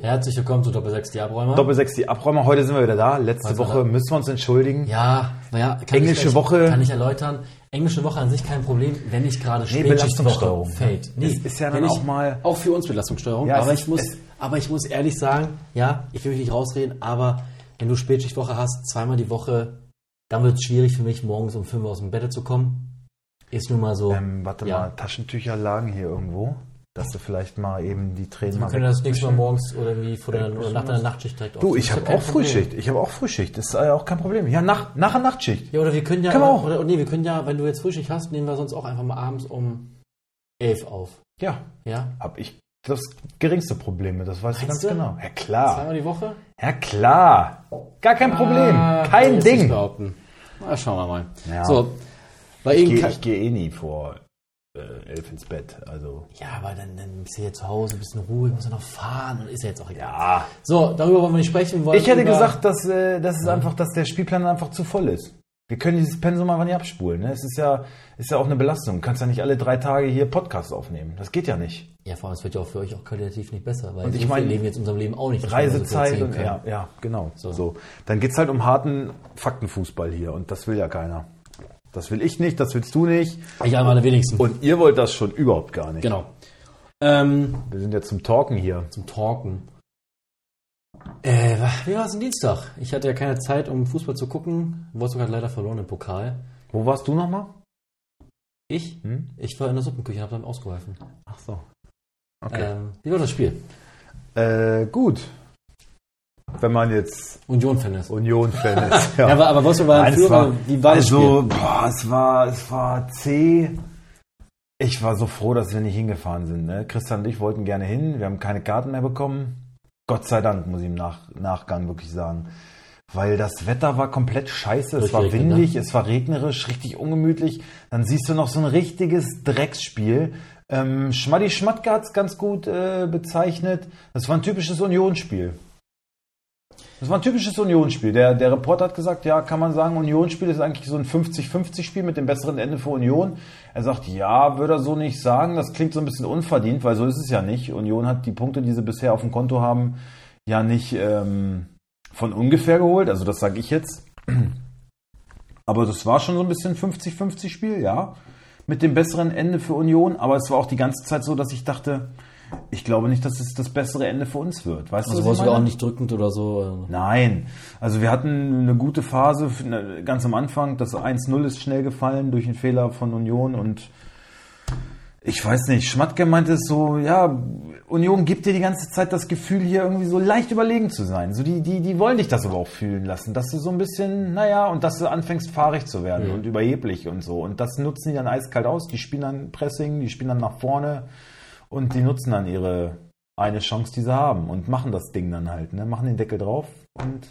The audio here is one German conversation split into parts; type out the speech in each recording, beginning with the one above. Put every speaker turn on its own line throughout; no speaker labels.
Herzlich willkommen zu Doppel 6 die Abräumer.
Doppel 6 die Abräumer, heute sind wir wieder da. Letzte
Heute
Woche
da.
müssen wir uns entschuldigen.
ja, naja, kann
Englische
ich,
Woche.
Kann ich erläutern. Englische Woche an sich kein Problem, wenn ich gerade nee,
Belastungssteuerung.
fällt. Nee,
Das ist ja
wenn
dann
ich,
auch mal-
Auch für uns Belastungssteuerung.
Ja, es
aber,
ist-
ich muss,
es-
aber ich muss ehrlich sagen, ja, ich will mich nicht rausreden, aber wenn du Spätschichtwoche hast, zweimal die Woche, dann wird es schwierig für mich, morgens um 5 Uhr aus dem Bett zu kommen. Ist nun mal so.
Ähm, warte
Ja.
mal, Taschentücher lagen hier irgendwo, dass du vielleicht mal eben die Tränen
Wir
mal
können das
weg-
nächste Mal morgens oder irgendwie vor der, oder nach deiner Nachtschicht direkt
Du,
aufziehen.
ich
Ist ja
habe
kein
auch
Problem.
Frühschicht. Ich habe auch Frühschicht. Das ist ja auch kein Problem. Ja, nach, nach der Nachtschicht.
Ja, oder wir können ja,
Können wir auch.
oder, oder nee, wir können ja, wenn du jetzt Frühschicht hast, nehmen wir sonst auch einfach mal abends um 11 auf.
Ja,
Ja?
habe ich das geringste Problem mit. Das weißt du ganz
Meinst du?
genau. Ja, klar.
Zweimal die Woche?
Ja, klar. Gar kein Problem.
Ah, kann
kein
ich nicht
Ding.
behaupten. Na, schauen wir mal.
Ja.
So, bei
Ich
Ihnen
gehe
kann,
ich gehe eh nie vor äh, elf ins Bett. Also,
Ja, aber dann, dann bist du hier zu Hause, bist in Ruhe, musst ja noch fahren und ist ja jetzt auch egal.
ja.
So, darüber wollen wir nicht sprechen. Wir wollen
Ich hätte
über-
gesagt, dass, äh, das ist einfach, dass der Spielplan einfach zu voll ist. Wir können dieses Pensum einfach nicht abspulen. Ne? Es ist ja, ist ja auch eine Belastung. Du kannst ja nicht alle drei Tage hier Podcasts aufnehmen. Das geht ja nicht.
Ja, vor allem, es wird ja auch für euch auch qualitativ nicht besser, weil
Und ich
so viel
meine,
leben wir jetzt in unserem Leben auch nicht. dass wir so
Reisezeit
viel
und
erzählen
ja,
können.
ja, genau. So. Dann geht's halt um harten Faktenfußball hier und das will ja keiner. Das will ich nicht, das willst du nicht.
Ich einmal am wenigsten.
Und ihr wollt das schon überhaupt gar nicht.
genau. Ähm,
Wir sind ja zum Talken hier.
zum Talken. Äh, wa- wie war es am Dienstag? Ich hatte ja keine Zeit, um Fußball zu gucken. Wolfsburg hat leider verloren im Pokal.
Wo warst du nochmal?
Ich?
Hm?
Ich war in der Suppenküche und habe dann ausgeholfen.
Ach so. Okay.
Ähm, wie war das Spiel?
Äh, gut. Wenn man jetzt
Union-Fan ist.
Union-Fan ist. ja.
Ja, aber, aber Wolfsburg war
Nein,
ein
es
Führer.
war-
aber wie war das
also,
Spiel?
boah, es war, es war zäh. Ich war so froh, dass wir nicht hingefahren sind. Ne? Christian und ich wollten gerne hin. Wir haben keine Karten mehr bekommen. Gott sei Dank, muss ich im Nach Nachgang wirklich sagen. Weil das Wetter war komplett scheiße. Es
Richtig
war
regnet, ne?
windig, es war regnerisch, richtig ungemütlich. Dann siehst du noch so ein richtiges Drecksspiel. Ähm, Schmaddi Schmatke hat's ganz gut äh, bezeichnet. Das war ein typisches Unionsspiel. Das war ein typisches Unionsspiel. Der, der Reporter hat gesagt, ja, kann man sagen, Unionsspiel ist eigentlich so ein 50-50-Spiel mit dem besseren Ende für Union. Er sagt, ja, würde er so nicht sagen. Das klingt so ein bisschen unverdient, weil so ist es ja nicht. Union hat die Punkte, die sie bisher auf dem Konto haben, ja nicht ähm, von ungefähr geholt. Also das sage ich jetzt. Aber das war schon so ein bisschen 50-50-Spiel, ja. Mit dem besseren Ende für Union. Aber es war auch die ganze Zeit so, dass ich dachte, ich glaube nicht, dass es das bessere Ende für uns wird. Weißt
Also
du, was ich
Wolfsburg
meine?
auch nicht drückend oder so. ähm,
Nein, also wir hatten eine gute Phase ne, ganz am Anfang. Das 1-0 ist schnell gefallen durch einen Fehler von Union und ich weiß nicht, Schmatke meinte es so, ja, Union gibt dir die ganze Zeit das Gefühl, hier irgendwie so leicht überlegen zu sein. So die, die, die wollen dich das aber auch fühlen lassen, dass du so ein bisschen, naja, und dass du anfängst fahrig zu werden und überheblich und so. Und das nutzen die dann eiskalt aus. Die spielen dann Pressing, die spielen dann nach vorne und die nutzen dann ihre eine Chance, die sie haben und machen das Ding dann halt, ne? machen den Deckel drauf und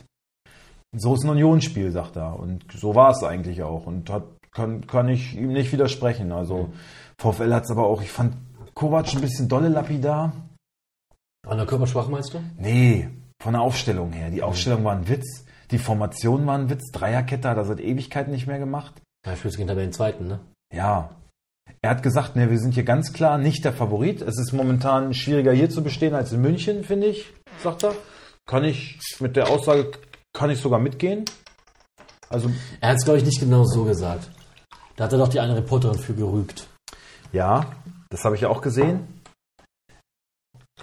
so ist ein Unionsspiel, sagt er. Und so war es eigentlich auch und hat, kann, kann ich ihm nicht widersprechen. Also VfL hat es aber auch, ich fand Kovac ein bisschen dolle lapidar.
An der Körperschwach meinst du?
Nee, von der Aufstellung her. Die Aufstellung war ein Witz, die Formation war ein Witz, Dreierkette hat er seit Ewigkeiten nicht mehr gemacht.
Ja, spielst gegen den zweiten, ne?
Ja. Er hat gesagt, ne, wir sind hier ganz klar nicht der Favorit. Es ist momentan schwieriger hier zu bestehen als in München, finde ich, sagt er. Kann ich mit der Aussage kann ich sogar mitgehen. Also
Er hat es, glaube ich, nicht genau so gesagt. Da hat er doch die eine Reporterin für gerügt.
ja, das habe ich ja auch gesehen.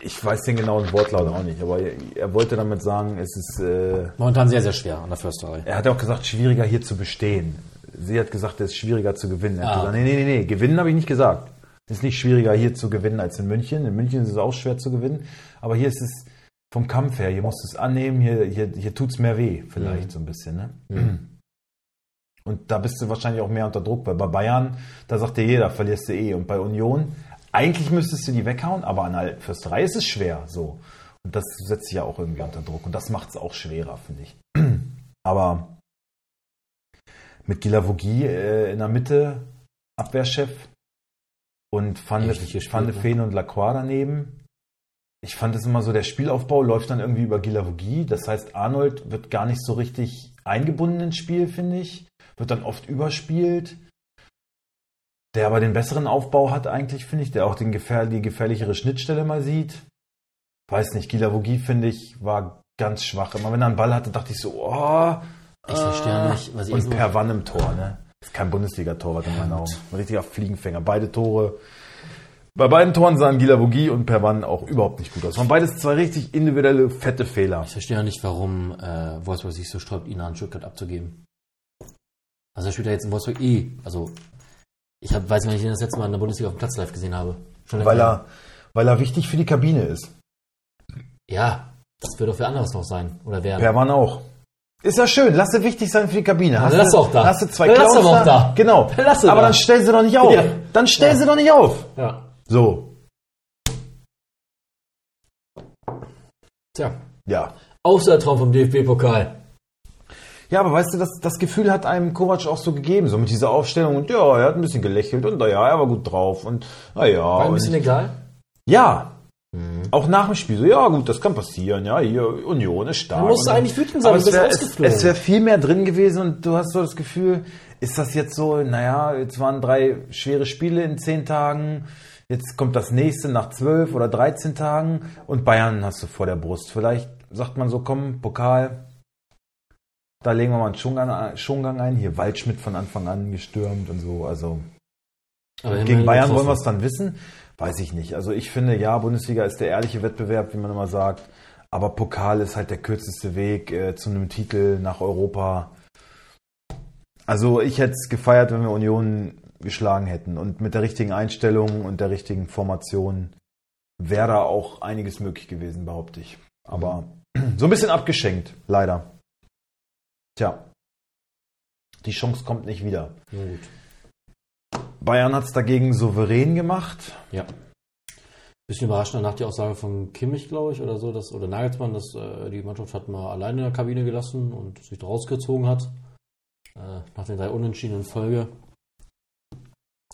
Ich weiß den genauen Wortlaut auch nicht, aber er wollte damit sagen, es ist äh,
Momentan sehr, sehr schwer an der Försterei.
Er hat auch gesagt, schwieriger hier zu bestehen. Sie hat gesagt, es ist schwieriger zu gewinnen. Er hat
Ah.
gesagt, nee, nee, nee, nee, gewinnen habe ich nicht gesagt. Es ist nicht schwieriger hier zu gewinnen als in München. In München ist es auch schwer zu gewinnen. Aber hier ist es vom Kampf her, hier musst du es annehmen, hier, hier, hier tut es mehr weh, vielleicht so ein bisschen. Ne? Und da bist du wahrscheinlich auch mehr unter Druck, weil bei Bayern, da sagt dir jeder, verlierst du eh. Und bei Union, eigentlich müsstest du die weghauen, aber an der Fürsterei ist es schwer. So. Und das setzt sich ja auch irgendwie unter Druck. Und das macht es auch schwerer, finde ich. Aber mit Gilavogi äh, in der Mitte, Abwehrchef und Van de,
Echt nicht gespielt,
Van de
ne?
Ven und Lacroix daneben. Ich fand es immer so, der Spielaufbau läuft dann irgendwie über Gilavogi. Das heißt, Arnold wird gar nicht so richtig eingebunden ins Spiel, finde ich. Wird dann oft überspielt. Der aber den besseren Aufbau hat eigentlich, finde ich, der auch den gefähr die gefährlichere Schnittstelle mal sieht. weiß nicht, Gilavogi, finde ich, war ganz schwach. Immer wenn er einen Ball hatte, dachte ich so, oh.
Ich verstehe nicht, was ich
Ah. Und
irgendwo-
per Wann im Tor, ne? Ist kein Bundesliga-Torwart in meinen Augen. Ein richtiger Fliegenfänger. Beide Tore. Bei beiden Toren sahen Gilavogi und Perwan auch überhaupt nicht gut aus. Waren beides zwei richtig individuelle, fette Fehler.
Ich verstehe auch nicht, warum äh, Wolfsburg sich so sträubt, ihn an Stuttgart abzugeben. Also er spielt ja jetzt in Wolfsburg eh. Also ich hab, weiß nicht, wann ich ihn das letzte Mal in der Bundesliga auf dem Platz live gesehen habe. Schon länger
Weil er, weil er wichtig für die Kabine ist.
her. Ja, das wird doch für anderes noch sein. Oder wer?
Perwan auch. Ist ja schön, lass sie wichtig sein für die Kabine.
dann lass
du,
doch da.
Hast du zwei
Dann lass
Clowns
doch auch da.
Genau.
Dann lass sie
Aber
da.
dann stell sie doch nicht auf.
Ja.
Dann stell sie doch nicht auf.
Ja.
So,
Tja.
ja.
Außer der Traum vom DFB-Pokal.
Ja, aber weißt du, das, das Gefühl hat einem Kovac auch so gegeben, so mit dieser Aufstellung und ja, er hat ein bisschen gelächelt und naja, er war gut drauf und naja.
War ein bisschen
Und,
egal.
ja,
Mhm.
auch nach dem Spiel so, ja gut, das kann passieren, ja, hier, Union ist stark.
Du musst
Und dann-
eigentlich wütend sein,
aber
du
es
bist
wär-
rausgeflogen.
Es, es wäre viel mehr drin gewesen und du hast so das Gefühl, ist das jetzt so, naja, jetzt waren drei schwere Spiele in zehn Tagen, jetzt kommt das nächste nach zwölf oder 13 Tagen und Bayern hast du vor der Brust. Vielleicht sagt man so, komm, Pokal, da legen wir mal einen Schongang, Schongang ein. Hier Waldschmidt von Anfang an gestürmt und so. Also
Aber
gegen
immerhin
Bayern wollen
getroffen.
wir es dann wissen? Weiß ich nicht. Also ich finde, ja, Bundesliga ist der ehrliche Wettbewerb, wie man immer sagt. Aber Pokal ist halt der kürzeste Weg äh, zu einem Titel nach Europa. Also ich hätte es gefeiert, wenn wir Union geschlagen hätten. Und mit der richtigen Einstellung und der richtigen Formation wäre da auch einiges möglich gewesen, behaupte ich. Aber so ein bisschen abgeschenkt, leider. Tja, die Chance kommt nicht wieder.
Na gut.
Bayern hat es dagegen souverän gemacht.
Ja. Bisschen überraschend nach der Aussage von Kimmich, glaube ich, oder so, dass, oder Nagelsmann, dass äh, die Mannschaft hat mal alleine in der Kabine gelassen und sich rausgezogen hat. Äh, nach den drei Unentschieden in Folge.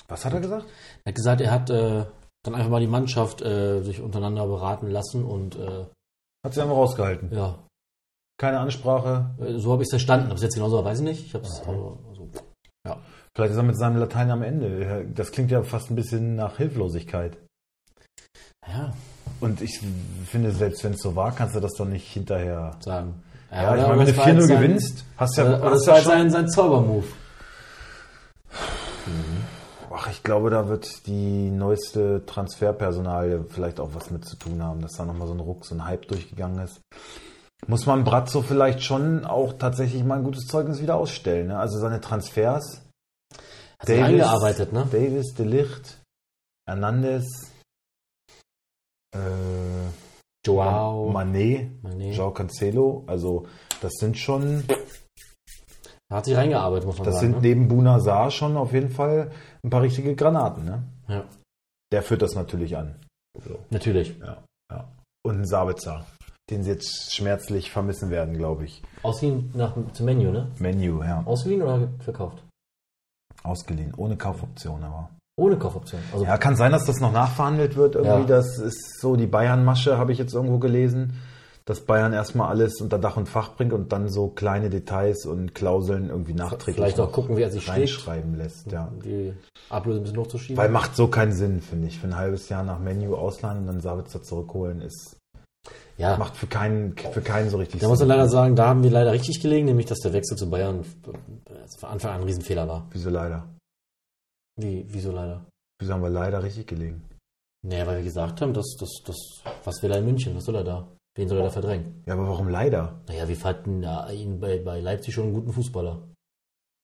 Was hat er gesagt?
Er hat gesagt, er hat äh, dann einfach mal die Mannschaft äh, sich untereinander beraten lassen und äh,
Hat sie einfach rausgehalten.
ja,
Keine Ansprache.
äh, so habe ich es verstanden. Ob es jetzt genauso war, weiß ich nicht. Ich habe es aber so.
Vielleicht ist er mit seinem Latein am Ende. Das klingt ja fast ein bisschen nach Hilflosigkeit.
Ja,
Und ich finde, selbst wenn es so war, kannst du das doch nicht hinterher.
sagen.
Ja, ich meine,
oder-
wenn
aber
du
es war
4-0
jetzt sein-
gewinnst, hast
Äh,
ja,
aber
hast ja
das war jetzt
schon.
sein, sein Zaubermove.
Ach, ich glaube, da wird die neueste Transferpersonal vielleicht auch was mit zu tun haben, dass da nochmal so ein Ruck, so ein Hype durchgegangen ist. Muss man Bratzo vielleicht schon auch tatsächlich mal ein gutes Zeugnis wieder ausstellen. Ne? Also seine Transfers.
Hat sich eingearbeitet, ne?
Davis, De Ligt, Hernandez, äh,
Joao,
Manet,
Mané.
Joao Cancelo. Also das sind schon,
Hat sich reingearbeitet, muss man
das
sagen.
sind neben Buna Saar schon auf jeden Fall ein paar richtige Granaten. Ne?
ne? ja,
Der führt das natürlich an. So,
natürlich.
ja, ja. Und ein Sabitzer, den sie jetzt schmerzlich vermissen werden, glaube ich.
Ausgeliehen nach, zum Menu, ne?
Menu, ja.
Ausgeliehen oder ge- verkauft?
Ausgeliehen, ohne Kaufoption aber.
Ohne Kaufoption. Also,
Ja, kann sein, dass das noch nachverhandelt wird. Irgendwie,
Ja.
das ist so die Bayern-Masche, habe ich jetzt irgendwo gelesen, dass Bayern erstmal alles unter Dach und Fach bringt und dann so kleine Details und Klauseln irgendwie nachträglich
vielleicht auch gucken, wie er sich schlägt,
reinschreiben lässt. Ja.
um die Ablöse ein bisschen hochzuschieben.
Weil macht so keinen Sinn, finde ich. Für ein halbes Jahr nach Menu ausleihen und dann Sabitzer zurückholen, ist,
ja,
macht für keinen, für keinen so richtig
da muss man leider sagen, da haben wir leider richtig gelegen, nämlich, dass der Wechsel zu Bayern äh, von Anfang an ein Riesenfehler war.
Wieso leider?
Wie, wieso leider?
Wieso haben wir leider richtig gelegen?
Naja, weil wir gesagt haben, dass, dass, dass, was will er in München? Was soll er da? Wen soll er da verdrängen?
Ja, aber warum leider?
Naja, wir fanden ja ihn bei, bei Leipzig schon einen guten Fußballer.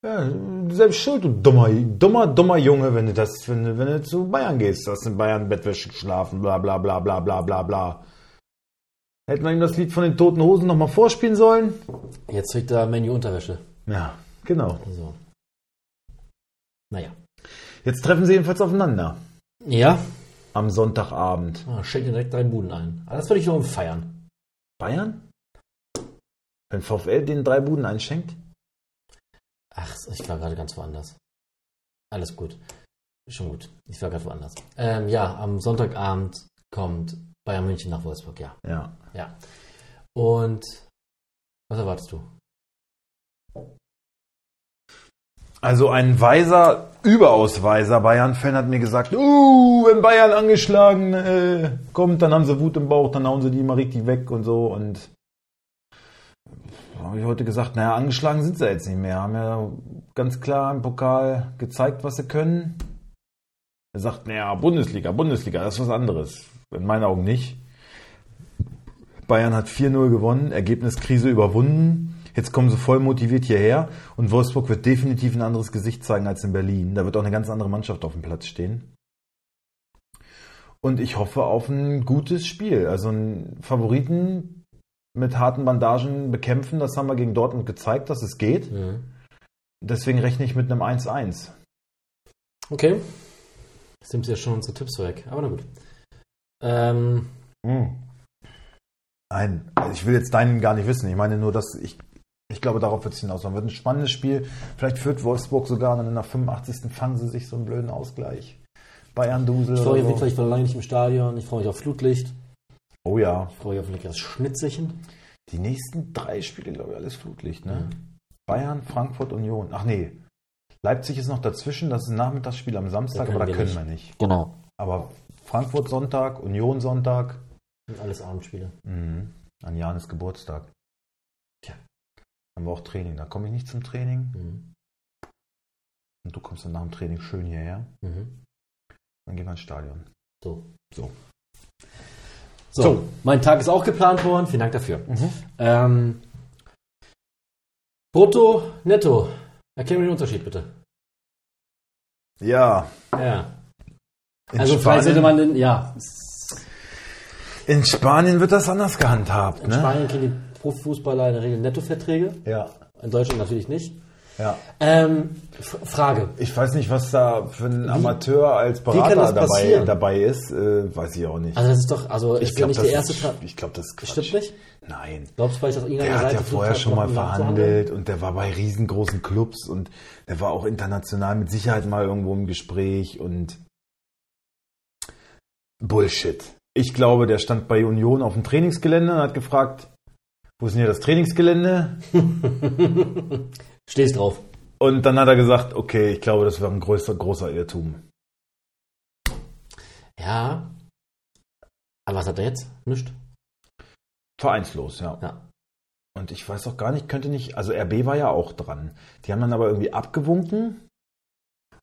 Ja, selbst schuld, du dummer, dummer, dummer Junge, wenn du das, wenn, du- wenn du zu Bayern gehst. Du hast in Bayern Bettwäsche geschlafen, bla bla bla bla bla bla bla. Hätten wir ihm das Lied von den toten Hosen nochmal vorspielen sollen?
Jetzt trägt er Menu Unterwäsche.
Ja, genau.
So. Naja.
Jetzt treffen sie jedenfalls aufeinander.
Ja,
Am Sonntagabend.
Ah, schenk dir direkt drei Buden ein. Aber das würde ich wiederum feiern.
Bayern? Wenn VfL den drei Buden einschenkt?
Ach, ich war gerade ganz woanders. Alles gut. Schon gut. Ich war gerade woanders. Ähm, ja, am Sonntagabend kommt Bayern München nach Wolfsburg, ja.
Ja.
ja. Und was erwartest du?
Also ein weiser überaus weiser Bayern-Fan hat mir gesagt, uh, wenn Bayern angeschlagen äh, kommt, dann haben sie Wut im Bauch, dann hauen sie die mal richtig weg und so. Und habe ich heute gesagt, naja, angeschlagen sind sie jetzt nicht mehr. Haben ja ganz klar im Pokal gezeigt, was sie können. Er sagt, naja, Bundesliga, Bundesliga, das ist was anderes. In meinen Augen nicht. Bayern hat 4-0 gewonnen, Ergebniskrise überwunden. Jetzt kommen sie voll motiviert hierher und Wolfsburg wird definitiv ein anderes Gesicht zeigen als in Berlin. Da wird auch eine ganz andere Mannschaft auf dem Platz stehen. Und ich hoffe auf ein gutes Spiel. Also einen Favoriten mit harten Bandagen bekämpfen, das haben wir gegen Dortmund gezeigt, dass es geht.
Mhm.
Deswegen rechne ich mit einem 1-1.
Okay. Jetzt nimmst du ja schon unsere Tipps weg. Aber na gut. Ähm,
Hm. Nein, also ich will jetzt deinen gar nicht wissen. Ich meine nur, dass ich, ich glaube, darauf wird es hinaus. Dann wird ein spannendes Spiel. Vielleicht führt Wolfsburg sogar, dann in der 85. fangen sie sich so einen blöden Ausgleich. Bayern-Dusel.
ich freue
oder
mich,
so.
ich war lange nicht im Stadion. Ich freue mich auf Flutlicht.
Oh ja,
Ich freue mich auf ein leckeres Schnitzelchen.
die nächsten drei Spiele, glaube ich, alles Flutlicht. Ne?
Ne?
Bayern, Frankfurt, Union. Ach nee, Leipzig ist noch dazwischen. Das ist ein Nachmittagsspiel am Samstag,
Da
aber da
können wir
können wir nicht.
Genau.
Aber Frankfurt Sonntag, Union Sonntag.
Und alles Abendspiele.
Mhm. An Janis Geburtstag.
Tja.
Haben wir auch Training. Da komme ich nicht zum Training.
Mhm.
Und du kommst dann nach dem Training schön hierher.
Mhm.
Dann gehen wir ins Stadion.
So,
So.
mein Tag ist auch geplant worden. Vielen Dank dafür. Ähm, brutto, netto. Erklär mir den Unterschied bitte.
Ja.
Ja.
In,
also, vielleicht sollte
Spanien,
man den. Ja,
in Spanien wird das anders gehandhabt,
in
ne?
Spanien kriegen die Profifußballer in der Regel Nettoverträge.
ja,
In Deutschland natürlich nicht.
ja.
Ähm, F Frage.
Ich weiß nicht, was da für ein Amateur als
kann das
Berater dabei,
passieren?
dabei ist. Äh, weiß ich auch nicht.
Also, das ist doch. Also,
ich
ist ja
glaube,
nicht
das,
der erste
ist-
Tra-
ich glaub, das ist Quatsch.
Stimmt nicht?
Nein.
Glaubst du vielleicht, dass irgendeiner
Der hat ja
versucht
vorher
hat,
schon mal
Knochen um nachzuhandeln?
verhandelt und der war bei riesengroßen Clubs und der war auch international mit Sicherheit mal irgendwo im Gespräch und Bullshit. Ich glaube, der stand bei Union auf dem Trainingsgelände und hat gefragt, wo ist denn hier das Trainingsgelände?
Stehst drauf.
Und dann hat er gesagt, okay, ich glaube, das wäre ein größer, großer Irrtum.
Ja. Aber was hat er jetzt? Nicht?
Vereinslos, ja.
Ja.
Und ich weiß auch gar nicht, könnte nicht, also RB war ja auch dran. Die haben dann aber irgendwie abgewunken.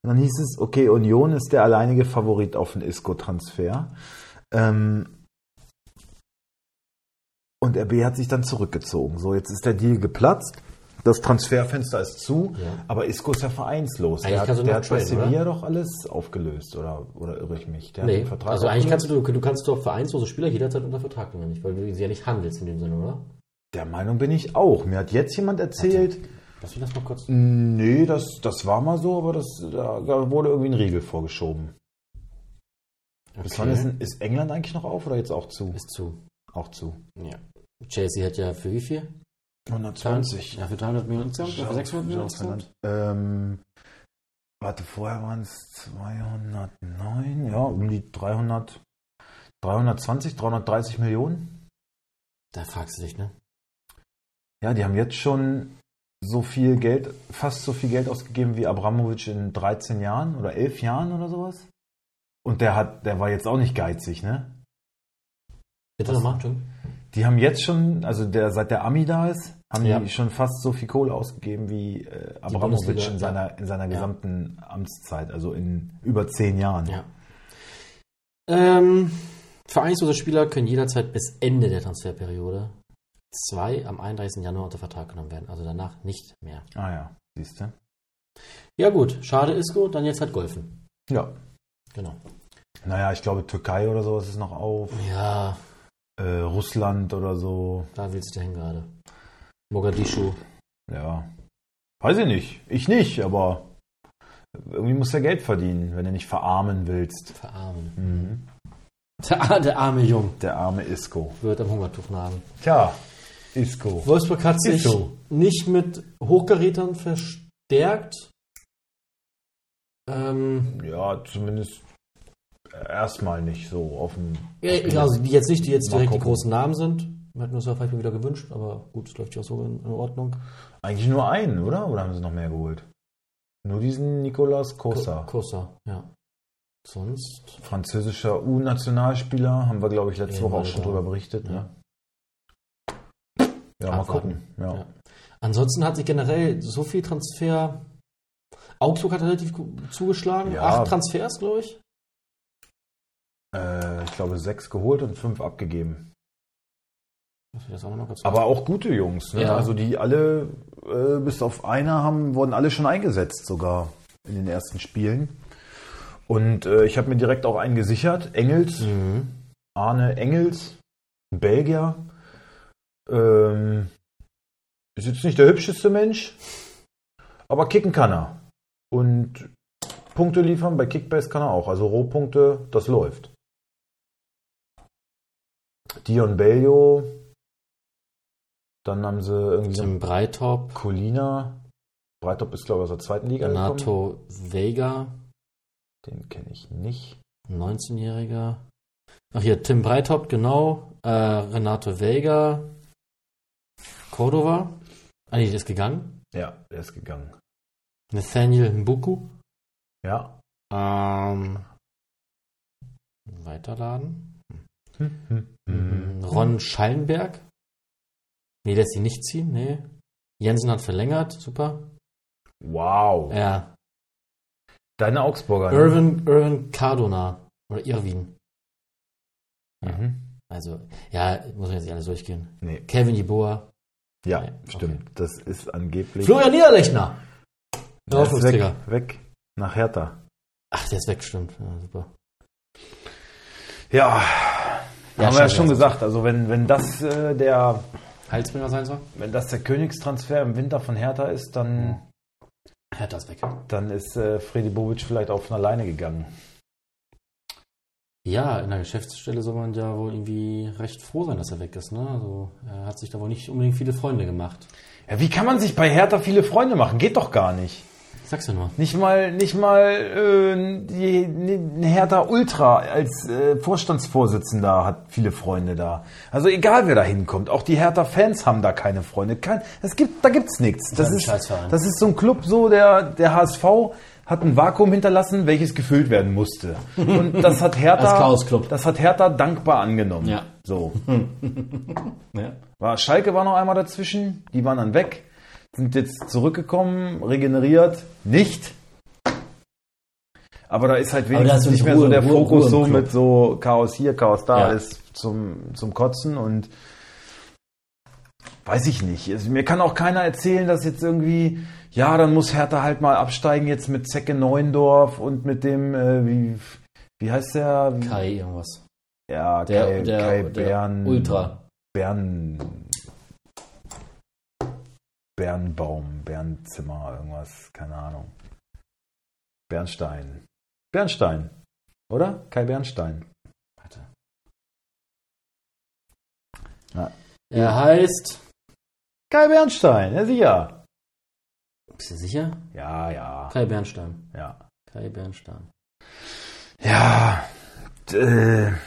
Und dann hieß es, okay, Union ist der alleinige Favorit auf den Isco-Transfer. Ähm, und RB hat sich dann zurückgezogen. So, jetzt ist der Deal geplatzt. Das Transferfenster ist zu,
Ja.
aber Isco ist ja vereinslos.
Eigentlich
Der
kannst du
hat, der hat bei
nachtraden, oder?
Sevilla doch alles aufgelöst, oder, oder irre ich mich? Der hat
Nee,
den Vertrag
also eigentlich
aufgelöst.
kannst du, du kannst doch vereinslose Spieler jederzeit unter Vertrag nehmen, nicht? Weil du sie ja nicht handelst in dem Sinne, oder?
Der Meinung bin ich auch. Mir hat jetzt jemand erzählt,
Lass mich das mal kurz.
Nee, das, das war mal so, aber das, da, da wurde irgendwie ein Riegel vorgeschoben. Bis wann ist, denn- ist England eigentlich noch auf oder jetzt auch zu?
Ist zu.
auch zu.
Ja. Chelsea hat ja für wie viel?
120.
Ja, für 300 Millionen insgesamt? Oder für 600 Millionen insgesamt?
Ähm, warte, vorher waren es 209, ja, um die 300, 320, 330 Millionen.
Da fragst du dich, ne?
Ja, die haben jetzt schon so viel Geld, fast so viel Geld ausgegeben wie Abramovic in 13 Jahren oder 11 Jahren oder sowas. Und der hat, der war jetzt auch nicht geizig, ne?
Bitte nochmal, Entschuldigung.
Die haben jetzt schon, also der, seit der Ami da ist, haben
Ja.
die schon fast so viel Kohle ausgegeben wie äh, Abramovic
Bundesliga,
in
ja.
seiner, in seiner
Ja.
gesamten Amtszeit, also in über zehn Jahren.
Ja. Ähm, vereinslose Spieler können jederzeit bis Ende der Transferperiode zwei am 31. Januar unter Vertrag genommen werden. Also danach nicht mehr.
Ah ja, siehst du?
Ja gut, schade Isco, dann jetzt halt Golfen.
Ja.
Genau.
Naja, ich glaube, Türkei oder sowas ist noch auf,
Ja,
äh, Russland oder so,
da willst du hin gerade. Mogadischu.
ja. Weiß ich nicht, ich nicht, aber irgendwie muss er Geld verdienen, wenn du nicht verarmen willst.
Verarmen. Der, der arme Jung
Der arme Isco.
wird am Hungertuch nagen.
Tja, Isco.
Wolfsburg hat
Ist
sich
so.
nicht mit Hochkarätern verstärkt. Ähm,
Ja, zumindest erstmal nicht so offen.
ja, also die jetzt nicht, die jetzt
Mal
direkt die
gucken.
großen Namen sind. Wir hätten uns ja vielleicht mal wieder gewünscht, aber gut, es läuft ja auch so in, in Ordnung.
Eigentlich nur einen, oder? Oder haben sie noch mehr geholt? Nur diesen Nicolas Cosa.
Kosa, ja. Sonst?
Französischer U-Nationalspieler, haben wir, glaube ich, letzte Woche auch schon
Ehemaliger.
drüber berichtet. Ne? Ja, mal
Abwarten.
gucken. Ja.
Ja. Ansonsten hat sich generell so viel Transfer. Augsburg hat relativ gut zugeschlagen.
Ja.
Acht Transfers, glaube ich.
Äh, ich glaube, sechs geholt und fünf abgegeben.
Muss ich das auch mal noch ganz kurz-
Aber auch gute Jungs. Ne?
Ja.
Also die alle, äh, bis auf einer, haben, wurden alle schon eingesetzt sogar in den ersten Spielen. Und äh, ich habe mir direkt auch einen gesichert. Engels,
Mhm.
Arne Engels, ein Belgier. Ähm, ist jetzt nicht der hübscheste Mensch, aber kicken kann er. Und Punkte liefern bei Kickbase kann er auch. Also Rohpunkte, das läuft. Dion Bellio. Dann haben sie irgendwie so einen
Tim Breitop,
Colina. Breitop ist, glaube ich, aus der zweiten Liga gekommen.
Renato Vega,
Den kenne ich nicht.
ein 19-Jähriger. Ach hier, Tim Breithaupt, genau. Äh, Renato Vega. Cordova. Ah, nee, der ist gegangen.
Ja, der ist gegangen.
Nathaniel Mbuku.
Ja.
Ähm, weiterladen.
Mhm.
Ron Schallenberg. Nee, lässt sie nicht ziehen, nee. Jensen hat verlängert, super.
Wow.
Ja.
Deine Augsburger. ne?
Irvin, Irvin Cardona. Oder Irwin.
Mhm.
Also, ja, muss man jetzt nicht alles durchgehen.
Nee.
Kevin Jeboa.
Ja,
Nee,
stimmt. Das ist angeblich.
Florian Niederlechner.
Der ist
Hoffnungsträger.
weg, weg nach Hertha.
Ach, der ist weg, stimmt. Ja, super.
Ja,
Ja,
haben wir ja
schon
schon
wieder.
gesagt. Also wenn, wenn das äh, der
Halsbringer sein soll?
wenn das der Königstransfer im Winter von Hertha ist, dann
Ja, das ist weg.
dann ist äh, Freddy Bobic vielleicht auch von alleine gegangen.
Ja, in der Geschäftsstelle soll man ja wohl irgendwie recht froh sein, dass er weg ist. Ne? Also, er hat sich da wohl nicht unbedingt viele Freunde gemacht.
Ja, wie kann man sich bei Hertha viele Freunde machen? Geht doch gar nicht.
Ich sag's ja nur.
Nicht mal nicht mal äh, die, ne, Hertha Ultra als äh, Vorstandsvorsitzender hat viele Freunde da. Also egal wer da hinkommt, auch die Hertha Fans haben da keine Freunde. Kein, es gibt da gibt's nichts. Das
ein
ist
Scheißverein.
das ist so ein Club so der der HSV hat ein Vakuum hinterlassen, welches gefüllt werden musste. Und das hat Hertha
Als Chaos-Club.
das hat Hertha dankbar angenommen.
Ja.
So.
Ja.
War, Schalke war noch einmal dazwischen, die waren dann weg, sind jetzt zurückgekommen, regeneriert, nicht. Aber da ist halt
da
wenigstens
ist
nicht mehr
Ruhe-
so der
Ruhe-
Fokus
Ruhe im
so
Club.
mit so Chaos hier, Chaos da
Ja.
ist zum, zum Kotzen und weiß ich nicht. Also, mir kann auch keiner erzählen, dass jetzt irgendwie, ja, dann muss Hertha halt mal absteigen jetzt mit Zecke Neuendorf und mit dem, äh, wie, wie heißt der?
Kai irgendwas.
Ja,
Der,
Kai,
der,
Kai
der
Bern.
Ultra.
Bern. Bernbaum, Bernzimmer, irgendwas, keine Ahnung. Bernstein. Bernstein, oder? Kai Bernstein.
Warte.
Ja.
Er heißt.
Kai Bernstein, ja sicher.
Bist du sicher?
Ja, ja,
Kai Bernstein.
ja.
Kai Bernstein.
Oh. Ja, äh, dann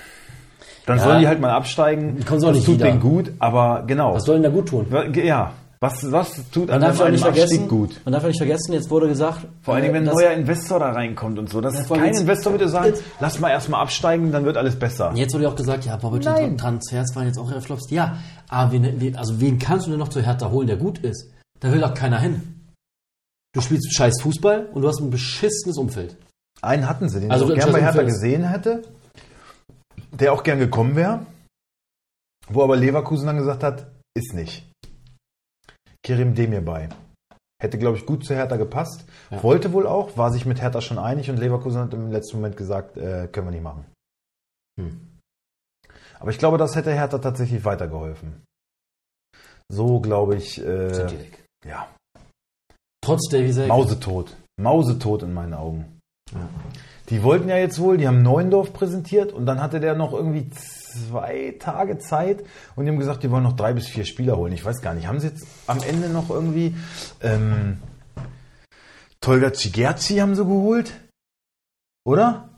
Ja.
sollen die halt mal absteigen.
Kommt so
das
nicht
tut
wieder.
denen gut, aber genau.
Was soll denn da gut tun?
ja, was, was tut
Man
an
darf ja auch
einem
nicht vergessen.
Abstieg gut?
Man darf ja nicht vergessen, jetzt wurde gesagt. äh,
Vor allem, wenn ein
dass-
neuer Investor da reinkommt und so. Das ist
vor allem
kein
jetzt-
Investor würde sagen,
jetzt-
lass mal erstmal absteigen, dann wird alles besser.
Jetzt wurde ja auch gesagt, ja,
Nein.
Bobic-Transfers waren jetzt auch eher Flops. Ja, aber wen, wen, also wen kannst du denn noch zur Hertha holen, der gut ist? Da will doch keiner hin. Du spielst scheiß Fußball und du hast ein beschissenes Umfeld.
Einen hatten sie, den
Also
ich auch
in
gern bei
Chelsea
Hertha
Fans.
gesehen hätte, der auch gern gekommen wäre, wo aber Leverkusen dann gesagt hat, ist nicht. Kerim Demir bei. Hätte, glaube ich, gut zu Hertha gepasst.
Ja.
Wollte wohl auch, war sich mit Hertha schon einig und Leverkusen hat im letzten Moment gesagt, äh, können wir nicht machen.
Hm.
Aber ich glaube, das hätte Hertha tatsächlich weitergeholfen. So, glaube ich,
Sind
äh,
die weg.
ja.
Trotz Davy
Äh,
Selke.
Mausetot. Mausetot in meinen Augen. Die wollten ja jetzt wohl, die haben Neuendorf präsentiert und dann hatte der noch irgendwie zwei Tage Zeit und die haben gesagt, die wollen noch drei bis vier Spieler holen. Ich weiß gar nicht, haben sie jetzt am Ende noch irgendwie ähm, Tolga Cigerci haben sie geholt? Oder?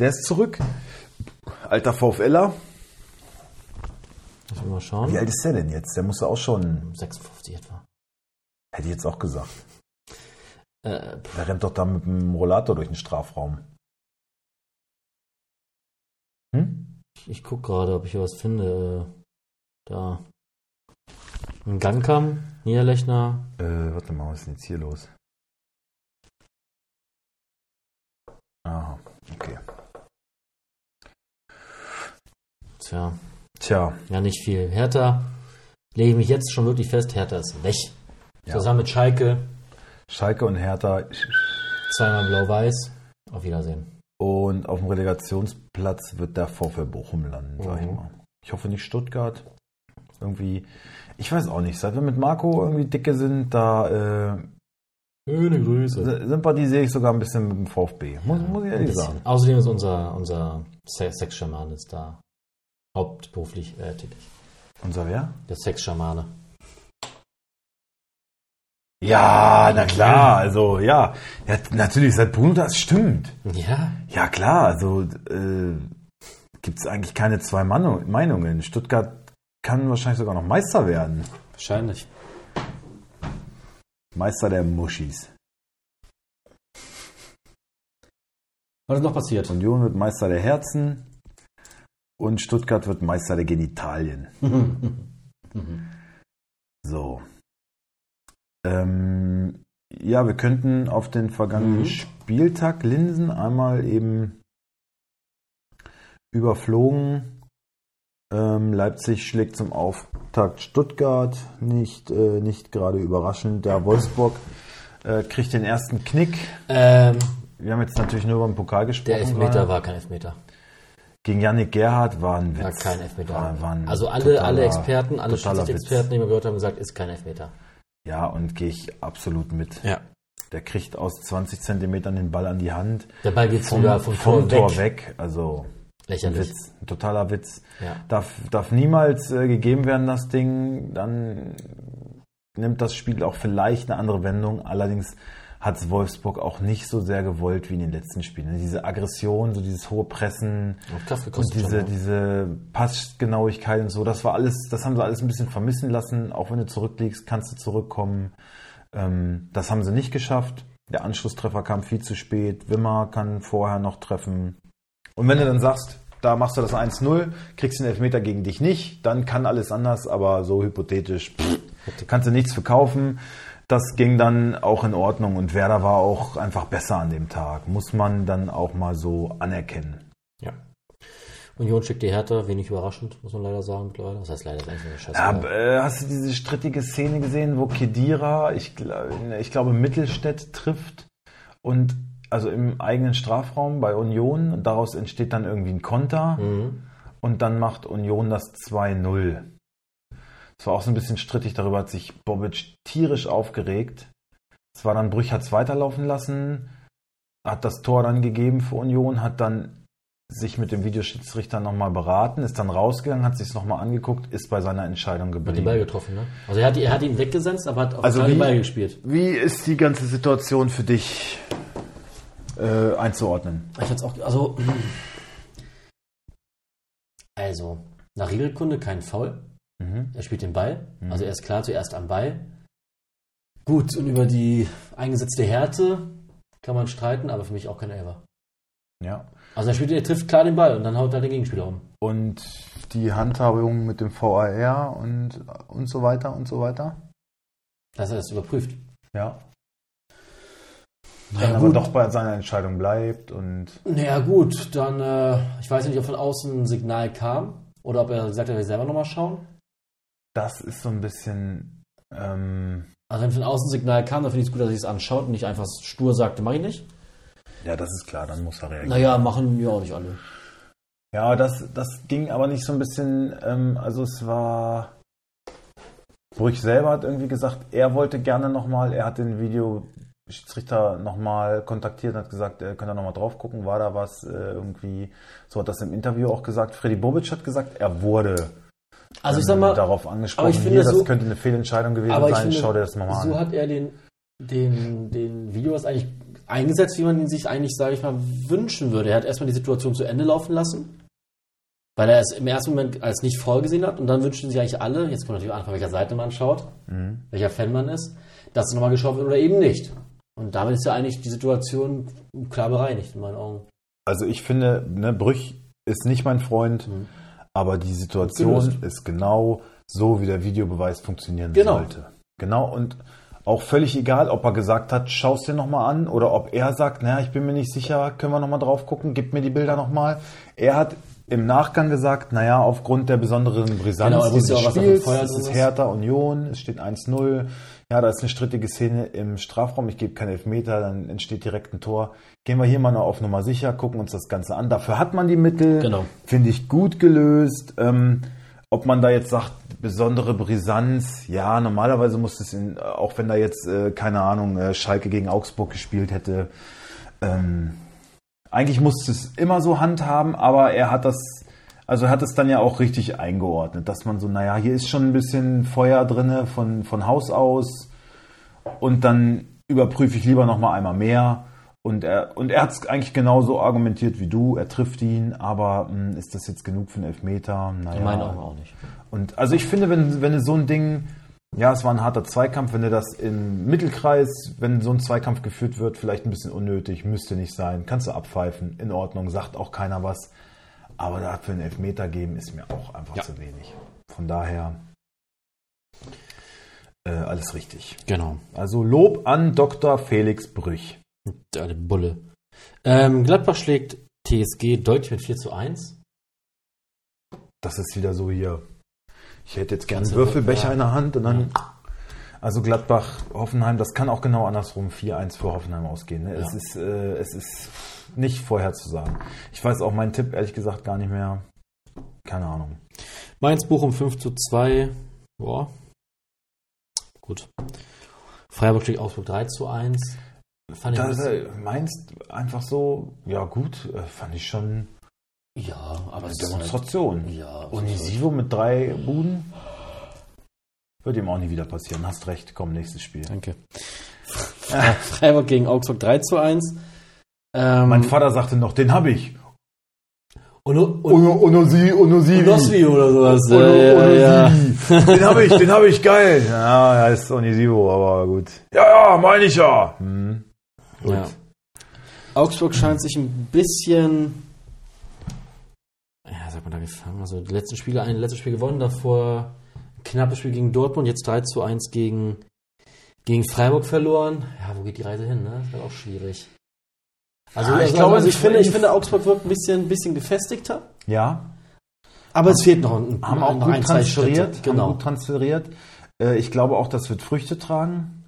Der ist zurück. Alter VfLer.
Muss ich mal schauen.
Wie alt ist der denn jetzt? Der musste auch schon,
56 etwa.
hätte ich jetzt auch gesagt.
Äh, pff,
Der rennt doch da mit dem Rollator durch den Strafraum. Hm?
ich guck gerade, ob ich hier was finde. Äh, Da. Ein Gankam, Niederlechner.
Äh, warte mal, was ist denn jetzt hier los? Aha, okay.
Tja,
Tja,
ja, nicht viel. Hertha, lege ich mich jetzt schon wirklich fest, Hertha ist weg.
Ja.
Zusammen mit Schalke,
Schalke und Hertha
zweimal blau-weiß. Auf Wiedersehen.
und auf dem Relegationsplatz wird der VfL Bochum landen, sag ich
Mhm.
mal. Ich hoffe nicht Stuttgart. Irgendwie, ich weiß auch nicht, seit wir mit Marco irgendwie dicke sind, da äh,
Schöne Grüße.
sympathisiere ich sogar ein bisschen mit dem VfB. Muss, muss ich
Ein
ehrlich
bisschen.
sagen.
Außerdem ist unser, unser Se- Sexschaman ist da hauptberuflich äh, tätig.
Unser wer?
Der Sexschamane.
Ja, na klar, also ja. ja natürlich, seit Bruno das stimmt.
Ja,
Ja klar, also äh, gibt es eigentlich keine zwei Manu- Meinungen. Stuttgart kann wahrscheinlich sogar noch Meister werden.
wahrscheinlich.
Meister der Muschis.
Was ist noch passiert?
Union wird Meister der Herzen und Stuttgart wird Meister der Genitalien. Ähm, So. Ähm, ja, wir könnten auf den vergangenen
Mhm.
Spieltag Linsen einmal eben überflogen. Ähm, Leipzig schlägt zum Auftakt Stuttgart, nicht, äh, nicht gerade überraschend. Der Wolfsburg äh, kriegt den ersten Knick.
ähm,
Wir haben jetzt natürlich nur über den Pokal gesprochen.
der Elfmeter
gerade.
war kein Elfmeter.
Gegen Yannick Gerhardt war ein Witz.
War kein Elfmeter.
War- war ein
also alle,
totaler-
alle Experten, alle
totaler Witz.
Schiedsrichter-Experten, die wir gehört haben, gesagt, ist kein Elfmeter.
Ja, und gehe ich absolut mit.
Ja.
Der kriegt aus 20 Zentimetern den Ball an die Hand.
Der Ball geht
Vom,
sogar vom, Tor, weg.
Also ein
Lächerlich.
Witz, ein totaler Witz.
Ja.
Darf, darf niemals äh, gegeben werden, das Ding. Dann nimmt das Spiel auch vielleicht eine andere Wendung. Allerdings hat es Wolfsburg auch nicht so sehr gewollt wie in den letzten Spielen. Diese Aggression, so dieses hohe Pressen,
Hat Kraft
Und
gekostet.
diese,
schon, ne?
diese Passgenauigkeit und so, das war alles, das haben sie alles ein bisschen vermissen lassen. Auch wenn du zurückliegst, kannst du zurückkommen. Ähm, das haben sie nicht geschafft. Der Anschlusstreffer kam viel zu spät. Wimmer kann vorher noch treffen. Und wenn du dann sagst, da machst du das 1-0, kriegst den Elfmeter gegen dich nicht, dann kann alles anders, aber so hypothetisch pff, kannst du nichts verkaufen. Das ging dann auch in Ordnung und Werder war auch einfach besser an dem Tag. Muss man dann auch mal so anerkennen.
ja. Union schickt die Hertha, wenig überraschend, muss man leider sagen mittlerweile. Das heißt leider, ist eigentlich eine Scheiße.
Ja, b- äh, hast du diese strittige Szene gesehen, wo Kedira, ich, gl- ich glaube, Mittelstädt trifft und also im eigenen Strafraum bei Union und daraus entsteht dann irgendwie ein Konter
mhm.
und dann macht Union das 2-0. Es war auch so ein bisschen strittig, darüber hat sich Bobic tierisch aufgeregt. Es war dann Brüch hat's weiterlaufen lassen, hat das Tor dann gegeben für Union, hat dann sich mit dem Videoschiedsrichter nochmal beraten, ist dann rausgegangen, hat sich's nochmal angeguckt, ist bei seiner Entscheidung
Hat den Ball
geblieben.
getroffen, ne? Also er hat, er hat ihn weggesetzt, aber hat auf
Also
also den
wie-
Ball gespielt.
Wie ist die ganze Situation für dich äh, einzuordnen?
Ich find's auch, also, also, nach Regelkunde kein Foul.
Mhm.
Er spielt den Ball.
Mhm.
Also er ist klar zuerst am Ball. Gut, und über die eingesetzte Härte kann man streiten, aber für mich auch kein Elfer.
Ja.
Also er, spielt, er trifft klar den Ball und dann haut er den Gegenspieler um.
Und die Handhabung mit dem VAR und, und so weiter und so weiter?
Dass er das überprüft.
Ja.
Naja,
Dann aber doch bei seiner Entscheidung bleibt und
Naja, gut, dann, äh, ich weiß nicht, ob von außen ein Signal kam oder ob er gesagt hat, er will selber nochmal schauen.
das ist so ein bisschen ähm,
Also wenn von außen ein Signal kam, dann finde ich es gut, dass ich es anschaut und nicht einfach stur sagte, mach ich nicht.
ja, das ist klar, dann muss er reagieren.
Naja, machen wir auch nicht alle.
Ja, das, das ging aber nicht so ein bisschen, ähm, also es war. Brüch selber hat irgendwie gesagt, er wollte gerne nochmal, er hat den Videoschiedsrichter nochmal kontaktiert und hat gesagt, er könnte nochmal drauf gucken, war da was äh, irgendwie. So hat das im Interview auch gesagt. Freddy Bobic hat gesagt, er wurde
Also ich
ähm,
sag mal,
darauf angesprochen.
aber ich finde
Hier, das
so-
könnte eine Fehlentscheidung gewesen
aber ich
sein,
finde,
schau dir das nochmal
so
an.
hat er den, den, den Videos eigentlich eingesetzt, wie man ihn sich eigentlich, sage ich mal, wünschen würde. Er hat erstmal die Situation zu Ende laufen lassen, weil er es im ersten Moment als nicht vorgesehen hat und dann wünschen sich eigentlich alle, jetzt kommt natürlich an, von welcher Seite man schaut,
Mhm.
welcher Fan man ist, dass es nochmal geschaut wird oder eben nicht. Und damit ist ja eigentlich die Situation klar bereinigt in meinen Augen.
Also ich finde, ne, Brüch ist nicht mein Freund,
Mhm.
aber die Situation
Gelöst.
ist genau so, wie der Videobeweis funktionieren
Genau.
sollte. Genau. Und auch völlig egal, ob er gesagt hat, schau es dir nochmal an oder ob er sagt, naja, ich bin mir nicht sicher, können wir nochmal drauf gucken, gib mir die Bilder nochmal. Er hat im Nachgang gesagt, naja, aufgrund der besonderen Brisanz
Genau, er wusste
dieses
ja auch, was da für ein
Spiels,
Feuer
es
drin
ist
ist.
Hertha Union, es steht 1-0, ja, da ist eine strittige Szene im Strafraum, ich gebe keinen Elfmeter, dann entsteht direkt ein Tor. Gehen wir hier mal noch auf Nummer sicher, gucken uns das Ganze an. Dafür hat man die Mittel,
Genau.
finde ich gut gelöst. Ähm, ob man da jetzt sagt, besondere Brisanz, ja, normalerweise muss es, in, auch wenn da jetzt, äh, keine Ahnung, äh, Schalke gegen Augsburg gespielt hätte, ähm, eigentlich musste es immer so handhaben, aber er hat das, also er hat es dann ja auch richtig eingeordnet, dass man so, naja, hier ist schon ein bisschen Feuer drinne von, von Haus aus und dann überprüfe ich lieber nochmal einmal mehr. Und er, und er hat es eigentlich genauso argumentiert wie du, er trifft ihn, aber mh, ist das jetzt genug für einen Elfmeter? Naja.
In meinen Augen auch nicht.
Und also ich finde, wenn, wenn du so ein Ding, ja, es war ein harter Zweikampf, wenn du das im Mittelkreis, wenn so ein Zweikampf geführt wird, vielleicht ein bisschen unnötig, müsste nicht sein, kannst du abpfeifen, in Ordnung, sagt auch keiner was. Aber dafür einen Elfmeter geben ist mir auch einfach
Ja.
zu wenig. Von daher äh, alles richtig.
Genau.
Also Lob an Dr. Felix Brüch.
Der alte Bulle. Ähm, Gladbach schlägt TSG deutlich mit 4 zu 1.
Das ist wieder so hier. Ich hätte jetzt gerne einen
Ganze
Würfelbecher
Würfel, ja.
in der Hand und dann. Also Gladbach, Hoffenheim, das kann auch genau andersrum 4-1 für Hoffenheim ausgehen. Ne? Es,
Ja.
ist, äh, es ist nicht vorherzusagen. Ich weiß auch meinen Tipp ehrlich gesagt gar nicht mehr. Keine Ahnung.
Mainz Bochum 5 zu 2. Boah. Gut. Freiburg schlägt Augsburg 3 zu 1. Fand
Da,
ich ein
äh, meinst einfach so, ja gut, äh, fand ich schon
bisschen- ja, aber
eine
es ist halt,
Demonstration.
ja,
Onisivo mit drei Buden. Wird ihm auch nie wieder passieren. Hast recht, komm, nächstes Spiel.
Danke. Freiburg gegen Augsburg 3 zu 1. Ähm,
Mein Vater sagte noch, den habe ich.
und, und, und,
Ono, Onosi, Onosivi.
Nosvi oder sowas.
Ono,
ja, ja, ja.
Onosivi. Den habe ich, den habe ich, geil. Ja, er ist Onisivo, aber gut. Ja, ja, meine ich ja. Hm. Gut.
Mhm. Ja. Augsburg scheint sich ein bisschen, ja, sagt man da gefangen. Also die letzten Spiele, ein letztes Spiel gewonnen, davor ein knappes Spiel gegen Dortmund, jetzt 3 zu 1 gegen, gegen Freiburg verloren. Ja, wo geht die Reise hin, ne? Ist halt auch schwierig. Also,
Ja, ich
also,
glaube,
also ich,
sie-
finde, ich finde, Augsburg wirkt ein bisschen, ein bisschen gefestigter.
ja.
Aber es fehlt noch ein,
haben auch
noch
gut
ein, zwei Schritte.
transferiert. Haben
Genau.
gut transferiert. Äh, Ich glaube auch, das wird Früchte tragen.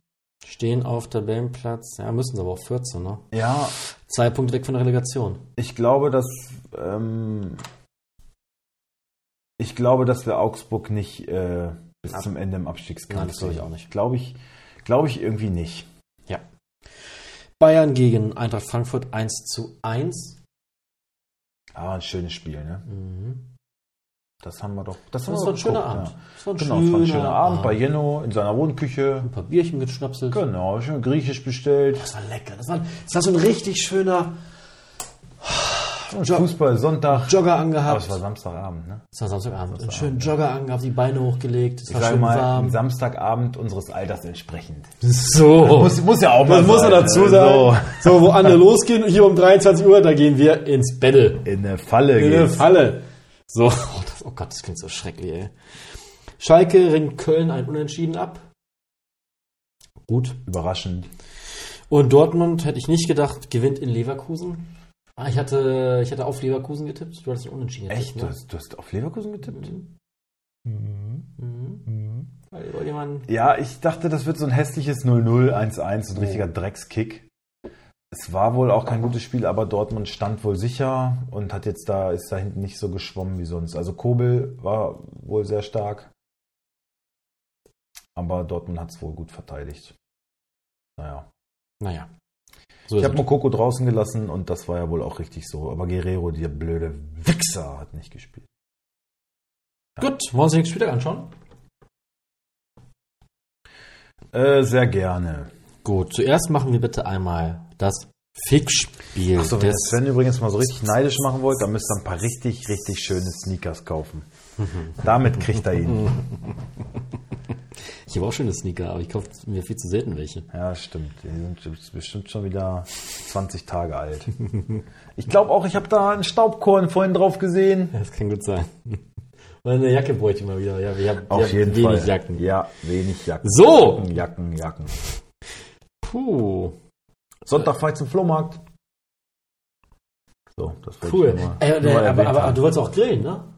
Stehen auf Tabellenplatz. Ja, müssen sie aber auch 14, ne?
Ja,
Zwei Punkte weg von der Relegation.
ich glaube, dass ähm, ich glaube, dass wir Augsburg nicht äh, bis
Ab-
zum Ende im
Nein,
Abstiegskampf
das glaube ich
sehen.
auch nicht.
Glaube ich, glaube ich irgendwie nicht.
Bayern gegen Eintracht Frankfurt 1 zu 1.
Aber ein schönes Spiel, ne?
Mhm.
Das haben wir doch. Das,
Das war ein schöner Abend.
Oh, Ja.
Das war ein
Genau, es war ein schöner Abend bei Jenno in seiner Wohnküche.
ein paar Bierchen geschnapselt.
Genau, schön griechisch bestellt.
Das war lecker. Das war, das war so ein richtig schöner
Und Fußball Sonntag.
Jogger
Aber
angehabt.
es war Samstagabend, ne?
Das war Samstagabend. Einen schönen Jogger angehabt, die Beine hochgelegt. Es
Ich
war
sage
schön
mal, ein
warm.
Samstagabend unseres Alters entsprechend.
So.
Muss, muss ja auch mal
Das muss
sein,
er dazu
ne?
sagen. So. wo andere losgehen, hier um 23 Uhr, da gehen wir ins Battle.
So, in eine Falle
In eine
geht's.
Falle. So. Oh, das, oh Gott, das klingt so schrecklich, ey. Schalke ringt Köln ein Unentschieden ab. Gut.
Überraschend.
Und Dortmund hätte ich nicht gedacht, gewinnt in Leverkusen. Ah, ich hatte, ich hatte auf Leverkusen getippt. Du hattest unentschieden getippt,
Echt?
ne?
Du hast, du hast auf Leverkusen getippt?
Mhm. Mhm. Weil wollte jemand-
Ja, ich dachte, das wird so ein hässliches 0-0, 1-1, so ein richtiger Dreckskick. Es war wohl auch kein gutes Spiel, aber Dortmund stand wohl sicher und hat jetzt da, ist da hinten nicht so geschwommen wie sonst. Also Kobel war wohl sehr stark. Aber Dortmund hat es wohl gut verteidigt. Naja.
Naja. So
Ich
ist
habe
es.
Mokoko draußen gelassen und das war ja wohl auch richtig so. Aber Guerrero, der blöde Wichser, hat nicht gespielt.
Gut, wollen wir uns den nächsten Spieltag anschauen?
Äh, sehr gerne.
Gut, zuerst machen wir bitte einmal das Fixspiel.
Achso, wenn der Sven übrigens mal so richtig neidisch machen wollt, dann müsst ihr ein paar richtig, richtig schöne Sneakers kaufen. Damit kriegt er ihn.
Ich habe auch schöne Sneaker, aber ich kaufe mir viel zu selten welche.
Ja, stimmt. Die sind bestimmt schon wieder 20 Tage alt. Ich glaube auch, ich habe da einen Staubkorn vorhin drauf gesehen.
Das kann gut sein. Oder eine Jacke bräuchte ich mal wieder. Ja, wir haben, wir haben wenig Jacken.
Ja, wenig Jacken.
So!
Jacken, Jacken, Jacken.
Puh,
Sonntag fahr ich zum Flohmarkt. So, das wollte
cool.
ich nur mal- nur
Äh,
mal
äh, aber,
erwähnt
aber,
haben.
du wolltest auch grillen, ne?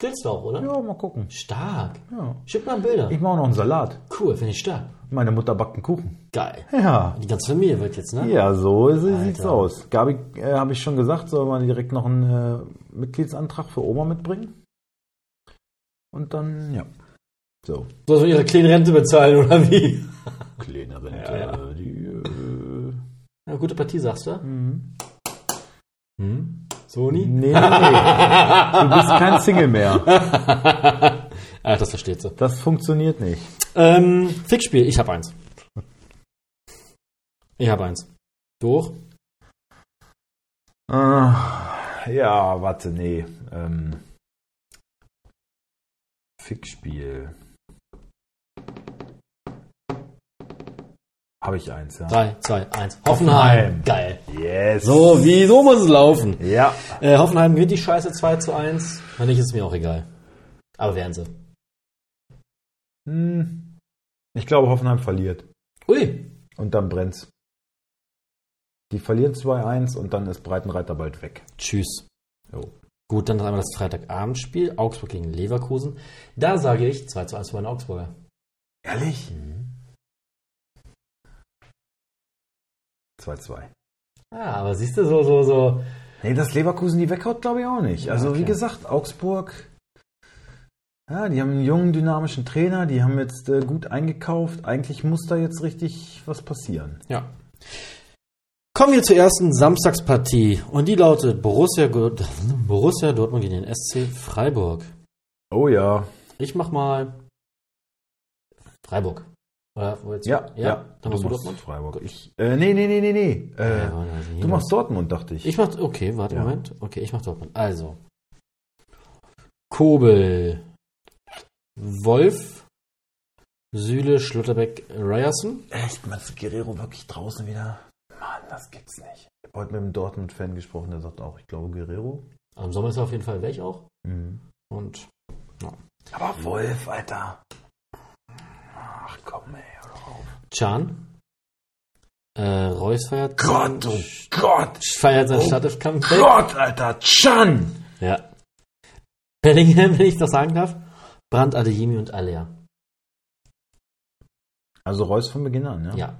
Grillst du auch, oder?
Ja, mal gucken.
Stark.
Ja.
Schick mal Bilder.
Ich mache noch einen Salat.
Cool, finde ich stark.
Meine Mutter backt einen Kuchen.
Geil.
Ja.
Die ganze Familie wird jetzt, ne?
Ja, so ist, sieht's
Alter.
aus. Gabi, äh, habe ich schon gesagt, soll man direkt noch einen äh, Mitgliedsantrag für Oma mitbringen? Und dann, ja. So.
Soll sie ihre kleine Rente bezahlen, oder wie?
Kleine Rente.
Ja, ja.
Die, äh,
Ja, gute Partie, sagst du?
mhm.
Hm? Sony?
Nee, nee, nee. Du bist kein Single mehr.
Ah, das versteht sie.
Das funktioniert nicht.
Ähm, Fickspiel, ich habe eins. Ich habe eins. Du auch?
Ah, ja, warte, nee. Ähm, Fickspiel. Habe ich eins, ja.
Drei, zwei, eins. Hoffenheim.
Hoffenheim.
Geil.
Yes.
So, wieso muss es laufen?
Ja.
Äh, Hoffenheim gewinnt die Scheiße 2 zu 1. Wenn nicht, ist mir auch egal. Aber werden sie.
Hm. Ich glaube, Hoffenheim verliert.
Ui.
Und dann brennt's. Die verlieren 2-1 und dann ist Breitenreiter bald weg.
Tschüss.
Jo.
Gut, dann einmal das Freitagabendspiel. Augsburg gegen Leverkusen. Da sage ich 2 zu 1 für meine Augsburger.
Ehrlich? 2-2.
Ah, aber siehst du, so, so, so.
Nee, das Leverkusen, die weghaut, glaube ich auch nicht. Also,
okay.
wie gesagt, Augsburg, ja, die haben einen jungen, dynamischen Trainer, die haben jetzt äh, gut eingekauft. Eigentlich muss da jetzt richtig was passieren.
Ja. Kommen wir zur ersten Samstagspartie. Und die lautet Borussia, Gor- Borussia Dortmund gegen den SC Freiburg.
Oh ja.
Ich mach mal Freiburg. Oder wo jetzt?
Ja, ja.
Dann machst du Dortmund.
Freiburg. Ich, äh, nee, nee, nee, nee, nee. Äh,
Ja, also hier-
du machst Dortmund, dachte ich.
Ich mach. Okay, warte,
Ja.
Moment. Okay, ich mach Dortmund. Also. Kobel. Wolf. Süle, Schlotterbeck, Ryerson.
Echt, äh, meinst du Guerrero wirklich draußen wieder? Mann, das gibt's nicht. Ich habe heute mit einem Dortmund-Fan gesprochen, der sagt auch, ich glaube Guerrero.
Am Sommer ist er auf jeden Fall weg auch.
Mhm.
Und
Aber Wolf, Alter. Ach komm, ey, hör doch auf.
Chan. Äh, Reus feiert.
Gott, oh Gott.
feiert sein
Oh
Startelf-Comeback.
Gott, Alter, Chan!
Ja. Bellingham, wenn ich das sagen darf. Brandt, Adeyemi und Alea.
Also Reus von Beginn an, ja?
Ja.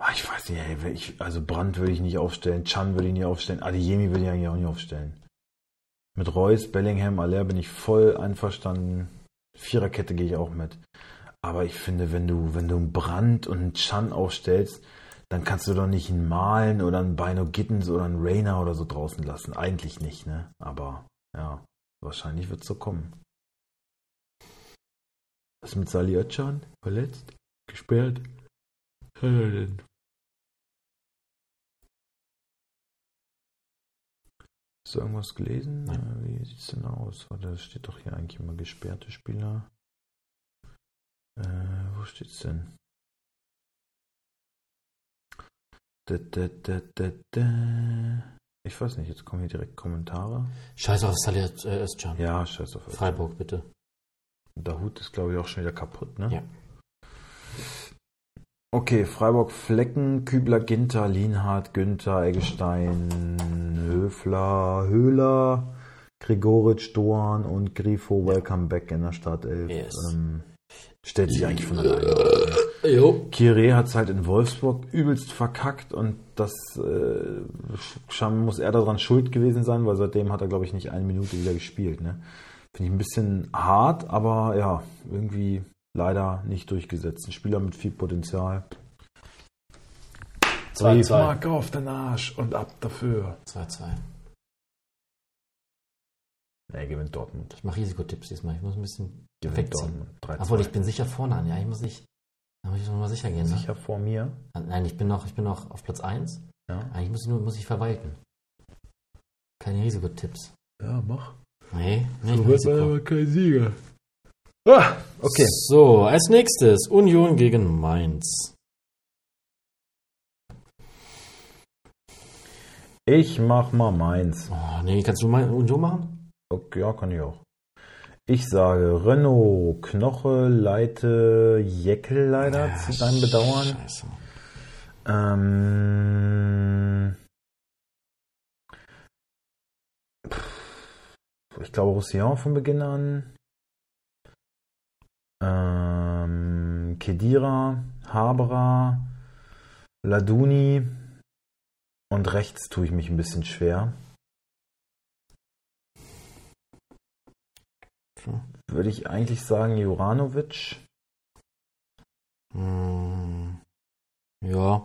Ach, Ah, ich weiß nicht, ey, wer- ich, also Brandt würde ich nicht aufstellen, Chan würde ich nicht aufstellen, Adeyemi würde ich eigentlich auch nicht aufstellen. Mit Reus, Bellingham, Aller bin ich voll einverstanden. Viererkette gehe ich auch mit. Aber ich finde, wenn du, wenn du einen Brandt und einen Chan aufstellst, dann kannst du doch nicht einen Malen oder einen Bino Gittens oder einen Rainer oder so draußen lassen. Eigentlich nicht, ne? Aber ja, wahrscheinlich wird es so kommen. Was ist mit Sali Özcan? Verletzt? Gesperrt? Höllen. Hast du irgendwas gelesen?
Nein.
Äh, Wie sieht's denn aus? Warte, es steht doch hier eigentlich immer gesperrte Spieler. Äh, wo steht's denn? Da, da, da, da, da. Ich weiß nicht, jetzt kommen hier direkt Kommentare.
Scheiß auf Salih äh, Özcan.
Ja, scheiß auf. Freiburg.
Freiburg, bitte.
Der Hut ist, glaube ich, auch schon wieder kaputt, ne?
Ja.
Okay, Freiburg, Flecken, Kübler, Ginter, Lienhardt, Günther, Eggestein, Höfler, Höhler, Gregoritsch, Doan und Grifo, welcome back in der Startelf.
Yes.
Ähm, stellt sich eigentlich von alleine.
Jo.
Kire hat es halt in Wolfsburg übelst verkackt und das äh, sch- muss er daran schuld gewesen sein, weil seitdem hat er, glaube ich, nicht eine Minute wieder gespielt. Ne? Finde ich ein bisschen hart, aber ja, irgendwie leider nicht durchgesetzt. Ein Spieler mit viel Potenzial.
2
Brief,
2.
auf den Arsch und ab dafür.
2 2.
Er gewinnt Dortmund.
Ich mache Risikotipps diesmal. Ich muss ein bisschen
Gewinnt
perfekt sein.
Dortmund. 3
Obwohl, ich bin sicher vorne an. Ja, ich muss nicht. Da muss ich nochmal sicher gehen. Ne?
sicher vor mir.
Nein, ich bin noch, ich bin noch auf Platz 1.
Ja.
Eigentlich muss ich nur muss ich verwalten. keine Risikotipps.
Ja, mach.
Nee, nicht
Du wirst
Risiko.
aber kein Sieger. Ah, okay.
So, als nächstes Union gegen Mainz.
Ich mach mal meins.
Oh, nee, kannst du Main- Union machen?
Okay, ja, kann ich auch. Ich sage Renault, Knoche, Leite, Jeckel leider, zu deinem Bedauern.
Scheiße.
Ähm, ich glaube Roussillon von Beginn an. Ähm, Kedira, Haberer, Laduni und rechts tue ich mich ein bisschen schwer.
Tja.
Würde ich eigentlich sagen Juranovic.
Hm. Ja,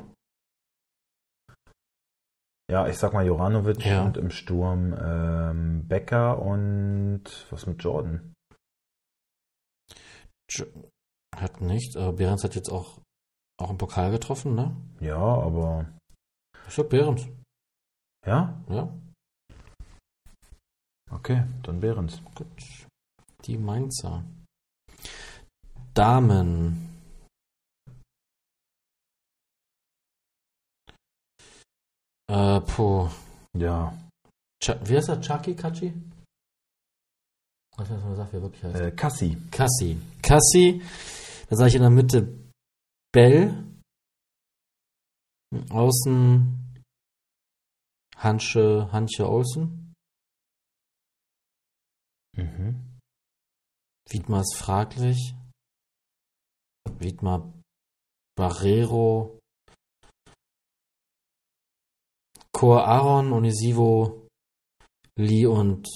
Ja, ich sag mal Joranovic
Ja.
und im Sturm ähm, Becker und was mit Jordan?
hat nicht. Aber Behrens hat jetzt auch, auch im Pokal getroffen, ne?
Ja, aber
Ich glaube Behrens,
ja,
ja.
okay, dann Behrens.
Gut. Die Mainzer. Damen. Äh, puh.
Ja,
Ch Wie heißt er? Chucky? Kachi? Ich weiß nicht, was man sagt, wie er wirklich heißt.
äh, Cassi.
Cassie. Cassie. Da sage ich in der Mitte Bell. Außen Hansche, Hansche Olsen.
Mhm.
Wiedmar ist fraglich. Wiedmar Barrero. Chor Aaron, Onisivo, Lee und.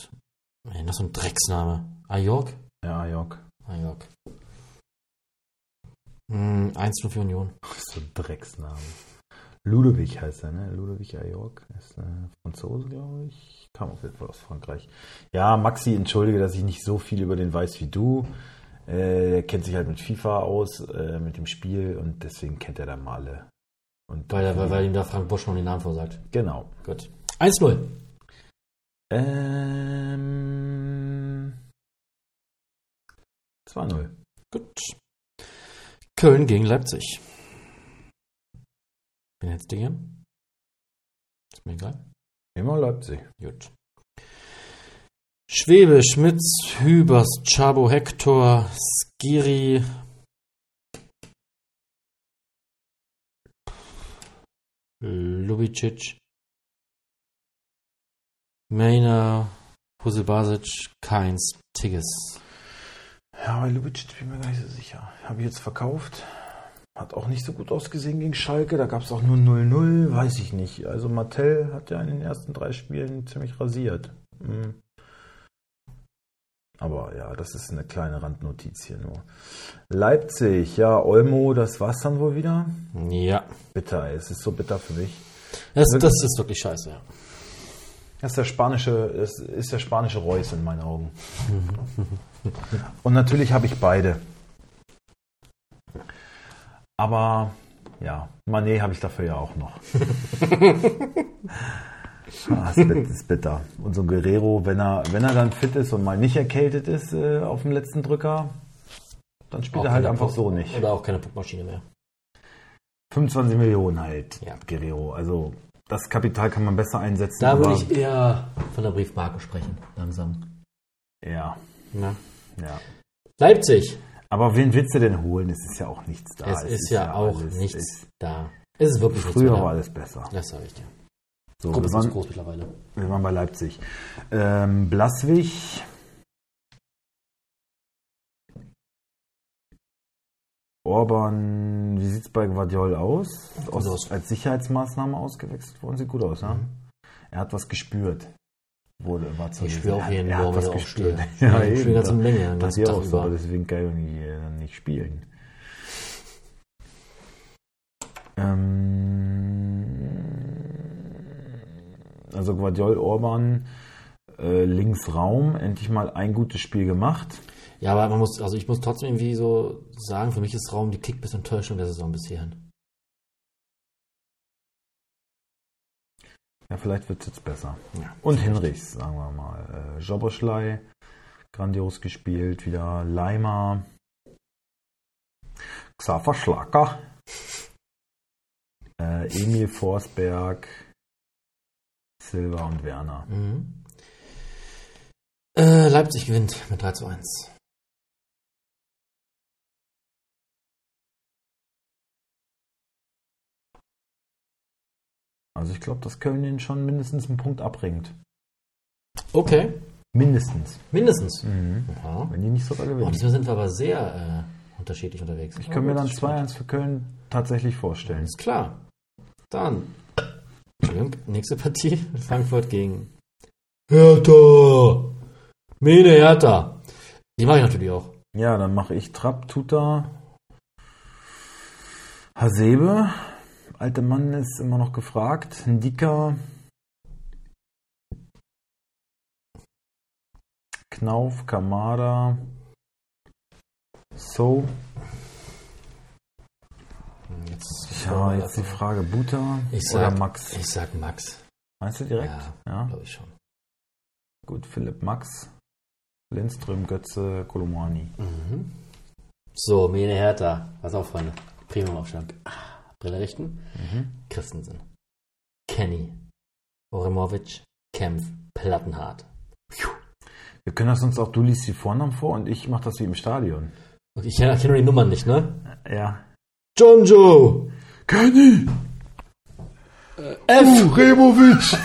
Ey, noch so ein Drecksname. Ajork?
Ja, Jörg.
Ajork. Mm, 1-0 für Union.
So ein Drecksname. Ludwig heißt er, ne? Ludwig Ajorg ist äh, Franzose, glaube ich. Kam auf jeden Fall aus Frankreich. Ja, Maxi, entschuldige, dass ich nicht so viel über den weiß wie du. Äh, er kennt sich halt mit FIFA aus, äh, mit dem Spiel und deswegen kennt er da mal alle. Und
Weil, weil, weil ihm da Frank Buschmann den Namen vorsagt.
genau.
Gut. 1-0.
Ähm. 2-0.
Gut. Köln gegen Leipzig. Bin jetzt Dinge. Ist mir egal.
Immer Leipzig.
Gut. Schwebe, Schmitz, Hübers, Chabo, Hector, Skiri. Lubicic. Meiner, Huselbasic, Keins, Tigges.
Ja, bei Lubitsch bin ich mir gar nicht so sicher. Habe ich jetzt verkauft. Hat auch nicht so gut ausgesehen gegen Schalke. Da gab es auch nur 0-0. Weiß ich nicht. Also Martell hat ja in den ersten drei Spielen ziemlich rasiert. Mhm. Aber ja, das ist eine kleine Randnotiz hier nur. Leipzig, ja, Olmo, das war's dann wohl wieder.
Ja.
Bitter, es ist so bitter für mich.
Das, das ist wirklich scheiße, ja.
Das ist der spanische, das ist der spanische Reus in meinen Augen. Und natürlich habe ich beide. Aber ja, Manet habe ich dafür ja auch noch. ah, ist, bit- ist bitter. Und so ein Guerrero, wenn er, wenn er dann fit ist und mal nicht erkältet ist äh, auf dem letzten Drücker, dann spielt er halt
keine
einfach
Puck-
so nicht.
Oder auch keine Puckmaschine mehr.
25 Millionen halt,
Ja.
Guerrero. Also das Kapital kann man besser einsetzen.
Da würde
aber-
ich eher von der Briefmarke sprechen, langsam.
ja,
Na?
ja.
Leipzig.
Aber wen willst du denn holen? Es ist ja auch nichts da.
es ist, ja auch
alles-
nichts
es-
da. Es ist wirklich nichts
Früher
mehr da.
war alles besser.
Das sage ich dir.
So, wir,
Gruppe ist nicht so
waren,
groß mittlerweile.
wir waren bei Leipzig. Ähm, Blaswig. Orban, wie sieht es bei Guardiol aus? aus?
aus. Mhm.
Als Sicherheitsmaßnahme ausgewechselt worden. Sieht gut aus, ne? Er hat was gespürt. Wurde, war
Ich
zumindest-
spüre auch
er-
jeden
er hat
Morgen, wenn
was
ich
gespürt.
aufstehe.
Ja,
ich
eben.
spüre ganz eine Menge, den
Das
ganzen
hier
Tag
auch so, aber
über.
deswegen kann ich nicht, äh, nicht spielen. Ähm, also Guardiol, Orban, äh, links Raum, endlich mal ein gutes Spiel gemacht.
Ja, aber man muss, also ich muss trotzdem irgendwie so sagen, für mich ist Raum die kick bis Enttäuschung der Saison bis hierhin.
Ja, vielleicht wird es jetzt besser. Und Henrichs, sagen wir mal. Äh, Jobberschlei, grandios gespielt. Wieder Leimer. Xaver Schlacker. Äh, Emil Forsberg. Silva und Werner.
Mhm. Äh, Leipzig gewinnt mit 3 zu 1.
Also ich glaube, dass Köln den schon mindestens einen Punkt abringt.
Okay,
Mindestens.
mindestens.
Mhm.
Ja.
Wenn die nicht sogar
Oh,
gewinnen.
diesmal sind wir aber sehr äh, unterschiedlich unterwegs.
Ich kann mir dann
das ist spannend.
2-1 für Köln tatsächlich vorstellen.
Ist klar. Dann. Entschuldigung, nächste Partie. Frankfurt gegen Hertha. Mene Hertha. Die mache ich natürlich auch.
Ja, dann mache ich Trapp, Tuta, Hasebe. Alte Mann ist immer noch gefragt. Ein Dicker. Knauf, Kamada. So.
Jetzt,
Ja, jetzt die Frage: Buta
Ich
oder
sag-
Max?
Ich sag Max.
Meinst du direkt?
Ja,
Ja.
glaube ich schon.
Gut, Philipp, Max. Lindström, Götze, Kolomani.
Mhm. So, Mene Hertha. Pass auf, Freunde. Premium Aufschlag. Ah, Brille richten.
Mhm.
Christensen. Kenny. Oremovic. Kempf. Plattenhardt.
Wir können das sonst auch, du liest die Vornamen vor und ich mache das wie im Stadion.
Okay, ich kenne kenn nur die Nummern nicht, ne?
Ja.
Jonjo.
Kenny! Äh,
F.
Removic!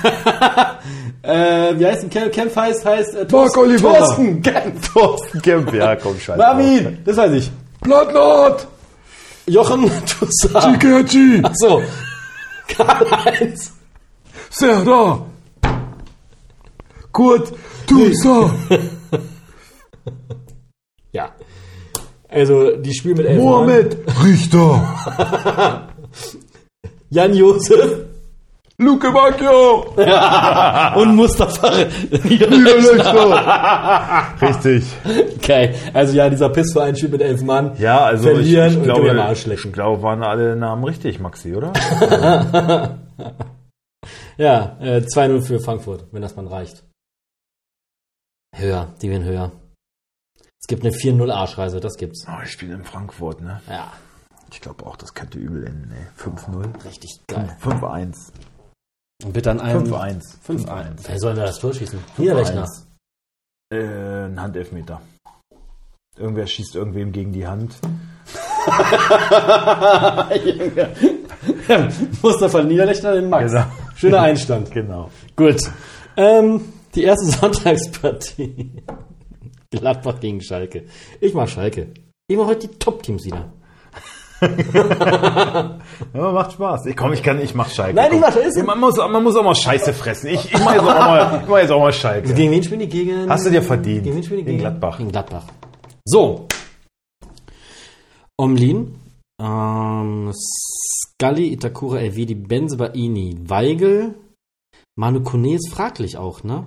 Äh, wie heißt ein Kempf? Kempf heißt, heißt äh,
Marc Oliver.
Thorsten. Kempf.
Thorsten Kemp, ja, komm, scheiße.
Marvin, das weiß ich.
Plattenhardt!
Jochen Toussaint.
Ikechi!
Achso. Karl-Heinz.
Serra! Kurt! Tusa!
Ja. Also, die spielen mit elf Mann.
Richter!
Jan Josef
Luke Bacchio!
und Mustafa Niederlechner.
Niederlechner! Richtig.
Okay, also ja, dieser Pissverein spielt mit elf Mann.
Ja, also
Verlieren
ich, ich
und
glaube,
den Arsch lecken.
ich glaube, waren alle Namen richtig, Maxi, oder?
Ja, äh, 2-0 für Frankfurt, wenn das man reicht. Höher, die werden höher. Es gibt eine 4-0 Arschreise, das gibt's.
Oh, ich spiele in Frankfurt, ne?
Ja,
Ich glaube auch, das könnte übel enden, ne? 5-0.
richtig geil.
5-1.
Und bitte an
Ähm,
einem.
5-1. 5-1.
Wer soll denn das Tor schießen? Niederlechner.
Äh, ein Handelfmeter. Irgendwer schießt irgendwem gegen die Hand.
Mustafa Niederlechner den Max.
Genau.
Schöner Einstand.
Genau.
Gut. Ähm, die erste Sonntagspartie. Gladbach gegen Schalke. Ich mach Schalke. Ich mach heute die Top-Teams wieder.
Ja, macht Spaß. Ich komm, ich kann, ich mach Schalke.
Nein, ich
komm.
mach Scheiße.
Ja, Man muss, man muss auch mal Scheiße fressen. Ich, ich mach jetzt auch mal, ich mach jetzt auch mal Schalke.
Gegen wen spielen die? Gegen,
Hast du dir verdient.
Gegen wen spielen die?
Gegen Gladbach.
Gegen Gladbach. So. Omlin. Ähm, Scully, Itakura, Elvedi, Benzebaini, Weigel. Manu Kone ist fraglich auch, ne?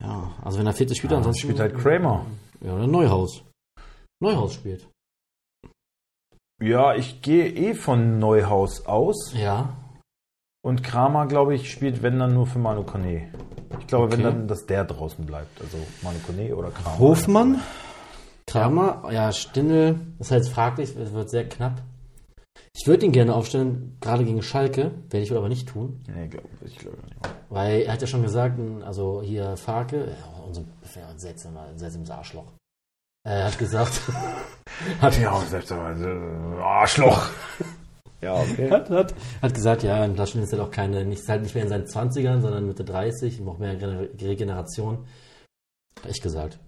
Ja, also wenn er vierte spielt,
Ja,
ansonsten...
spielt halt Kramer.
Ja, oder Neuhaus. Neuhaus spielt.
Ja, ich gehe eh von Neuhaus aus.
Ja.
Und Kramer, glaube ich, spielt, wenn dann nur für Manu Kone. Ich glaube, wenn
Okay.
dann, dass der draußen bleibt. Also Manu Kone oder Kramer.
Hofmann. Kramer, ja, Stindel, das ist halt fraglich, es wird sehr knapp. Ich würde ihn gerne aufstellen, gerade gegen Schalke, werde ich wohl aber nicht tun,
Nee, glaub, ich glaube nicht.
weil er hat ja schon gesagt, n- also hier Farke, äh, unser ja, ein seltsamer, ein seltsames Arschloch, äh, hat gesagt, hat,
Ja, selbst aber, äh, Arschloch. Ja, okay.
hat, hat, hat gesagt, ja, und das ist halt auch keine, nicht, ist halt nicht mehr in seinen 20ern, sondern Mitte 30, noch mehr Rene- Regeneration. Echt gesagt.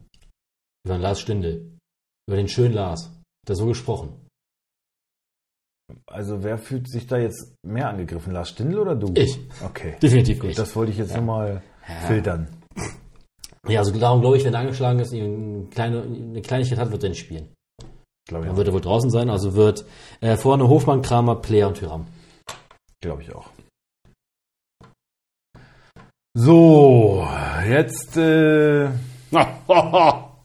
Über den Lars Stindel. Über den schönen Lars. Hat er so gesprochen.
Also wer fühlt sich da jetzt mehr angegriffen? Lars Stindl oder du?
Ich.
Okay.
Definitiv nicht.
Das wollte ich jetzt nur mal filtern.
ja, also darum glaube ich, wenn er angeschlagen ist, eine, kleine, eine Kleinigkeit hat, wird er nicht spielen.
Glaube ich,
Dann
auch.
wird er wohl draußen sein, also wird äh, vorne Hofmann, Kramer, Player und Tyram.
Glaub ich auch. So, jetzt äh,
du,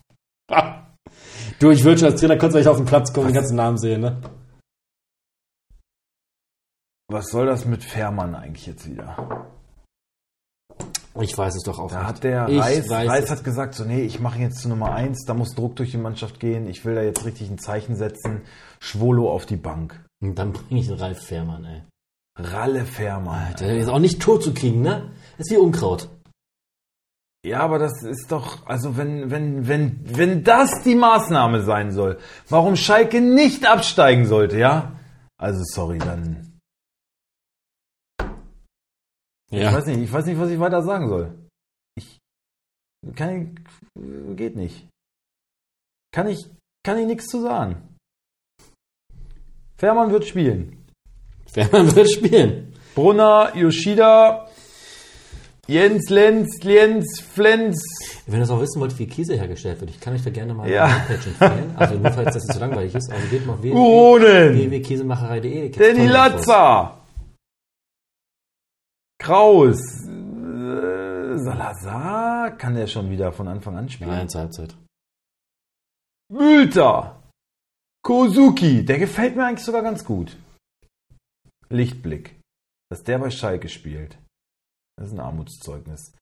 ich würde schon als Trainer kurz, weil ich auf den Platz komme, den ganzen Namen sehe, ne?
Was soll das mit Fährmann eigentlich jetzt wieder?
Ich weiß es doch auch
Da hat der
Ich
Reis,
weiß
Reis
es.
hat gesagt, so nee, ich mache jetzt zu Nummer eins. da muss Druck durch die Mannschaft gehen, ich will da jetzt richtig ein Zeichen setzen. Schwolo auf die Bank.
Und dann bringe ich den Ralf Fährmann, ey.
Ralle Fährmann.
Der ist auch nicht tot zu kriegen, ne? Ist wie Unkraut.
Ja, aber das ist doch, also wenn, wenn, wenn, wenn das die Maßnahme sein soll, warum Schalke nicht absteigen sollte, ja? Also sorry, dann. Ich
Ja.
weiß nicht, ich weiß nicht, was ich weiter sagen soll. Ich. Kann ich, geht nicht. Kann ich, kann ich nichts zu sagen. Fährmann wird spielen.
Fährmann wird spielen.
Brunner, Yoshida, Jens, Lenz, Lenz, Flenz,
Wenn ihr es auch wissen wollt, wie Käse hergestellt wird, ich kann euch da gerne mal
Ja.
eine Homepage empfehlen. Also nur falls das nicht so langweilig ist, aber geht mal auf www-
Uronen.
www.käsemacherei.de. Gibt's
Danny
tolle Infos.
Latza. Kraus. Äh, Salazar kann der schon wieder von Anfang an spielen.
Nein, zur Halbzeit.
Mülter. Kozuki. Der gefällt mir eigentlich sogar ganz gut. Lichtblick. Dass der bei Schalke spielt. Das ist ein Armutszeugnis.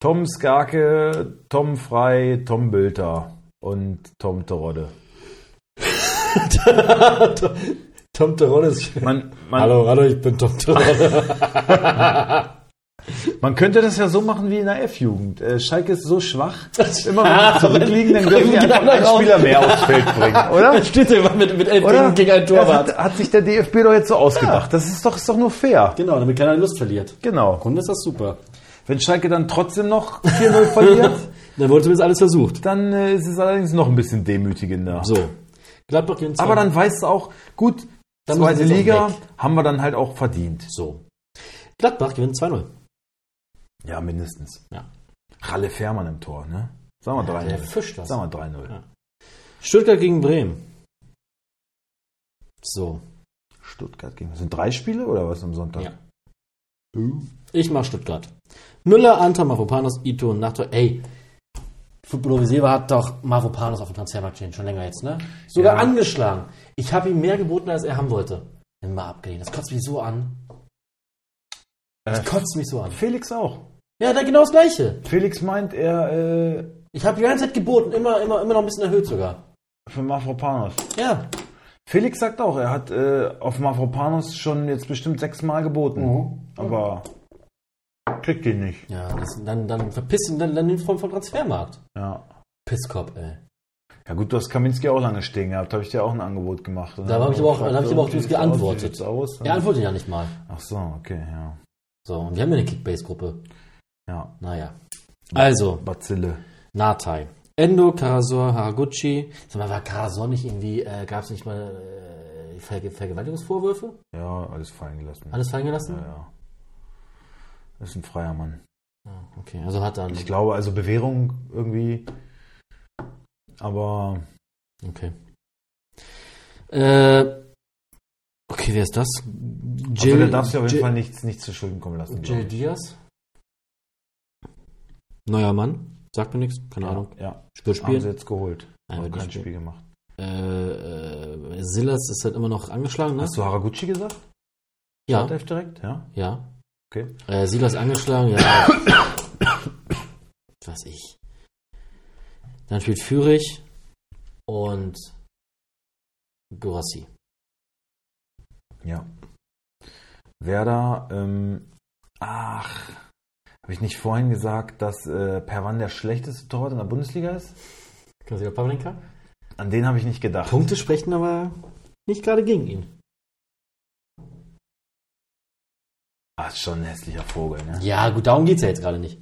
Tom Skarke, Tom Frei, Tom Bülter und Tom Terodde.
Tom Terodde ist schön.
Man, man,
Hallo, hallo, ich bin Tom Terodde.
Man könnte das ja so machen wie in der F-Jugend. Äh, Schalke ist so schwach, immer wenn sie zurückliegen, dann dürfen die
Bringen die
einfach einen
anderen
Spieler mehr aufs Feld bringen, oder?
steht der mit, mit elf
Oder?
Dingen gegen ein Torwart.
Das hat, hat sich der DFB doch jetzt so ausgedacht. Das ist doch, ist doch nur fair.
Genau, damit keiner die Lust verliert.
Genau.
Grunde ist das super.
Wenn Schalke dann trotzdem noch 4-0 verliert,
Dann wurde zumindest alles versucht.
dann äh, ist es allerdings noch ein bisschen demütigender.
So. Gladbach gegen
Aber dann weißt du auch, gut,
Dann
zweite
müssen sie es
Liga
auch weg.
haben wir dann halt auch verdient.
So. Gladbach gewinnt 2-0.
Ja, mindestens.
Ja.
Ralle Fährmann im Tor, ne? Sagen wir 3-0.
der fischt was.
Sagen wir 3-0.
Ja. Stuttgart gegen Bremen. So.
Stuttgart gegen. Sind drei Spiele oder was am Sonntag?
Ja. Ich mach Stuttgart. Müller, Anton, Mavropanos, Ito und Nachtor. Ey, Football Silva hat doch Mavropanos auf dem Transfermarkt stehen, schon länger jetzt, ne? Sogar
Ja.
angeschlagen. Ich habe ihm mehr geboten, als er haben wollte. Immer abgelehnt. Das kotzt mich so an. Das
Äh.
kotzt mich so an.
Felix auch.
Ja, da genau das Gleiche.
Felix meint, er äh,
Ich habe die ganze Zeit geboten, immer, immer, immer noch ein bisschen erhöht sogar.
für Mafropanos.
Ja.
Felix sagt auch, er hat äh, auf Mafropanos schon jetzt bestimmt sechsmal geboten.
Mhm.
Aber kriegt ihn nicht.
Ja, das, dann, dann verpiss ihn dann, dann in Form vom Transfermarkt.
Ja.
Pisskopf, ey.
Ja gut, du hast Kaminski auch lange stehen gehabt, habe ich dir auch ein Angebot gemacht. Und
Da
dann
hab ich aber auch-
gefragt,
da hab ich aber auch
wie
drauf
sieht's aus,
geantwortet.
wie sieht's Aus,
Er antwortet ja nicht mal.
Ach so, okay, ja.
So, und wir haben ja eine Kickbase-Gruppe.
Ja,
Naja. Also,
Bazille.
Natai. Endo, Karasor, Haraguchi. Sag mal, war Karasor nicht irgendwie, äh, gab es nicht mal äh, Verge Vergewaltigungsvorwürfe?
Ja, alles fallen gelassen.
Alles fallen gelassen?
Ja, ja. Ist ein freier Mann.
Okay, also hat dann.
Ich glaube, also Bewährung irgendwie. Aber
Okay. Äh, okay, wer ist das?
also,
Jill,
da darfst du auf jeden
Jill-
Fall nichts, nichts zu Schulden kommen lassen.
Jill Diaz. Neuer Mann. Sagt mir nichts. Keine
Ja,
Ahnung.
ja. Haben
Spür
sie
spielen.
jetzt geholt.
Nein,
Haben
wird
kein
nicht
Spiel gemacht.
Äh, äh, Silas ist halt immer noch angeschlagen, ne?
Hast du Haraguchi gesagt?
Ja.
Live direkt? Ja.
Ja.
Okay.
Äh, Silas angeschlagen, ja. Was weiß ich. Dann spielt Führig und Gorassi.
Ja. Werder, ähm, ach, habe ich nicht vorhin gesagt, dass äh, Perwan der schlechteste Torwart in der Bundesliga ist?
Können Sie noch Pavlenka?
An den habe ich nicht gedacht.
Punkte sprechen aber nicht gerade gegen ihn.
Ah, ist schon ein hässlicher Vogel, ne?
Ja, gut, darum geht's ja jetzt gerade nicht.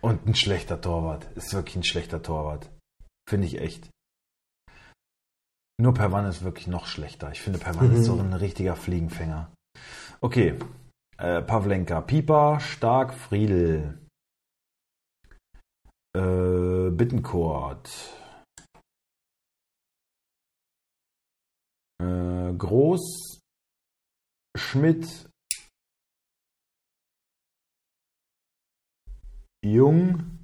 Und ein schlechter Torwart. Ist wirklich ein schlechter Torwart. Finde ich echt. Nur Perwan ist wirklich noch schlechter. Ich finde, Perwan ist so ein richtiger Fliegenfänger. Okay. Äh, Pavlenka. Pieper, Stark, Friedel. Äh, Bittencourt. Äh, Groß. Schmidt. Jung.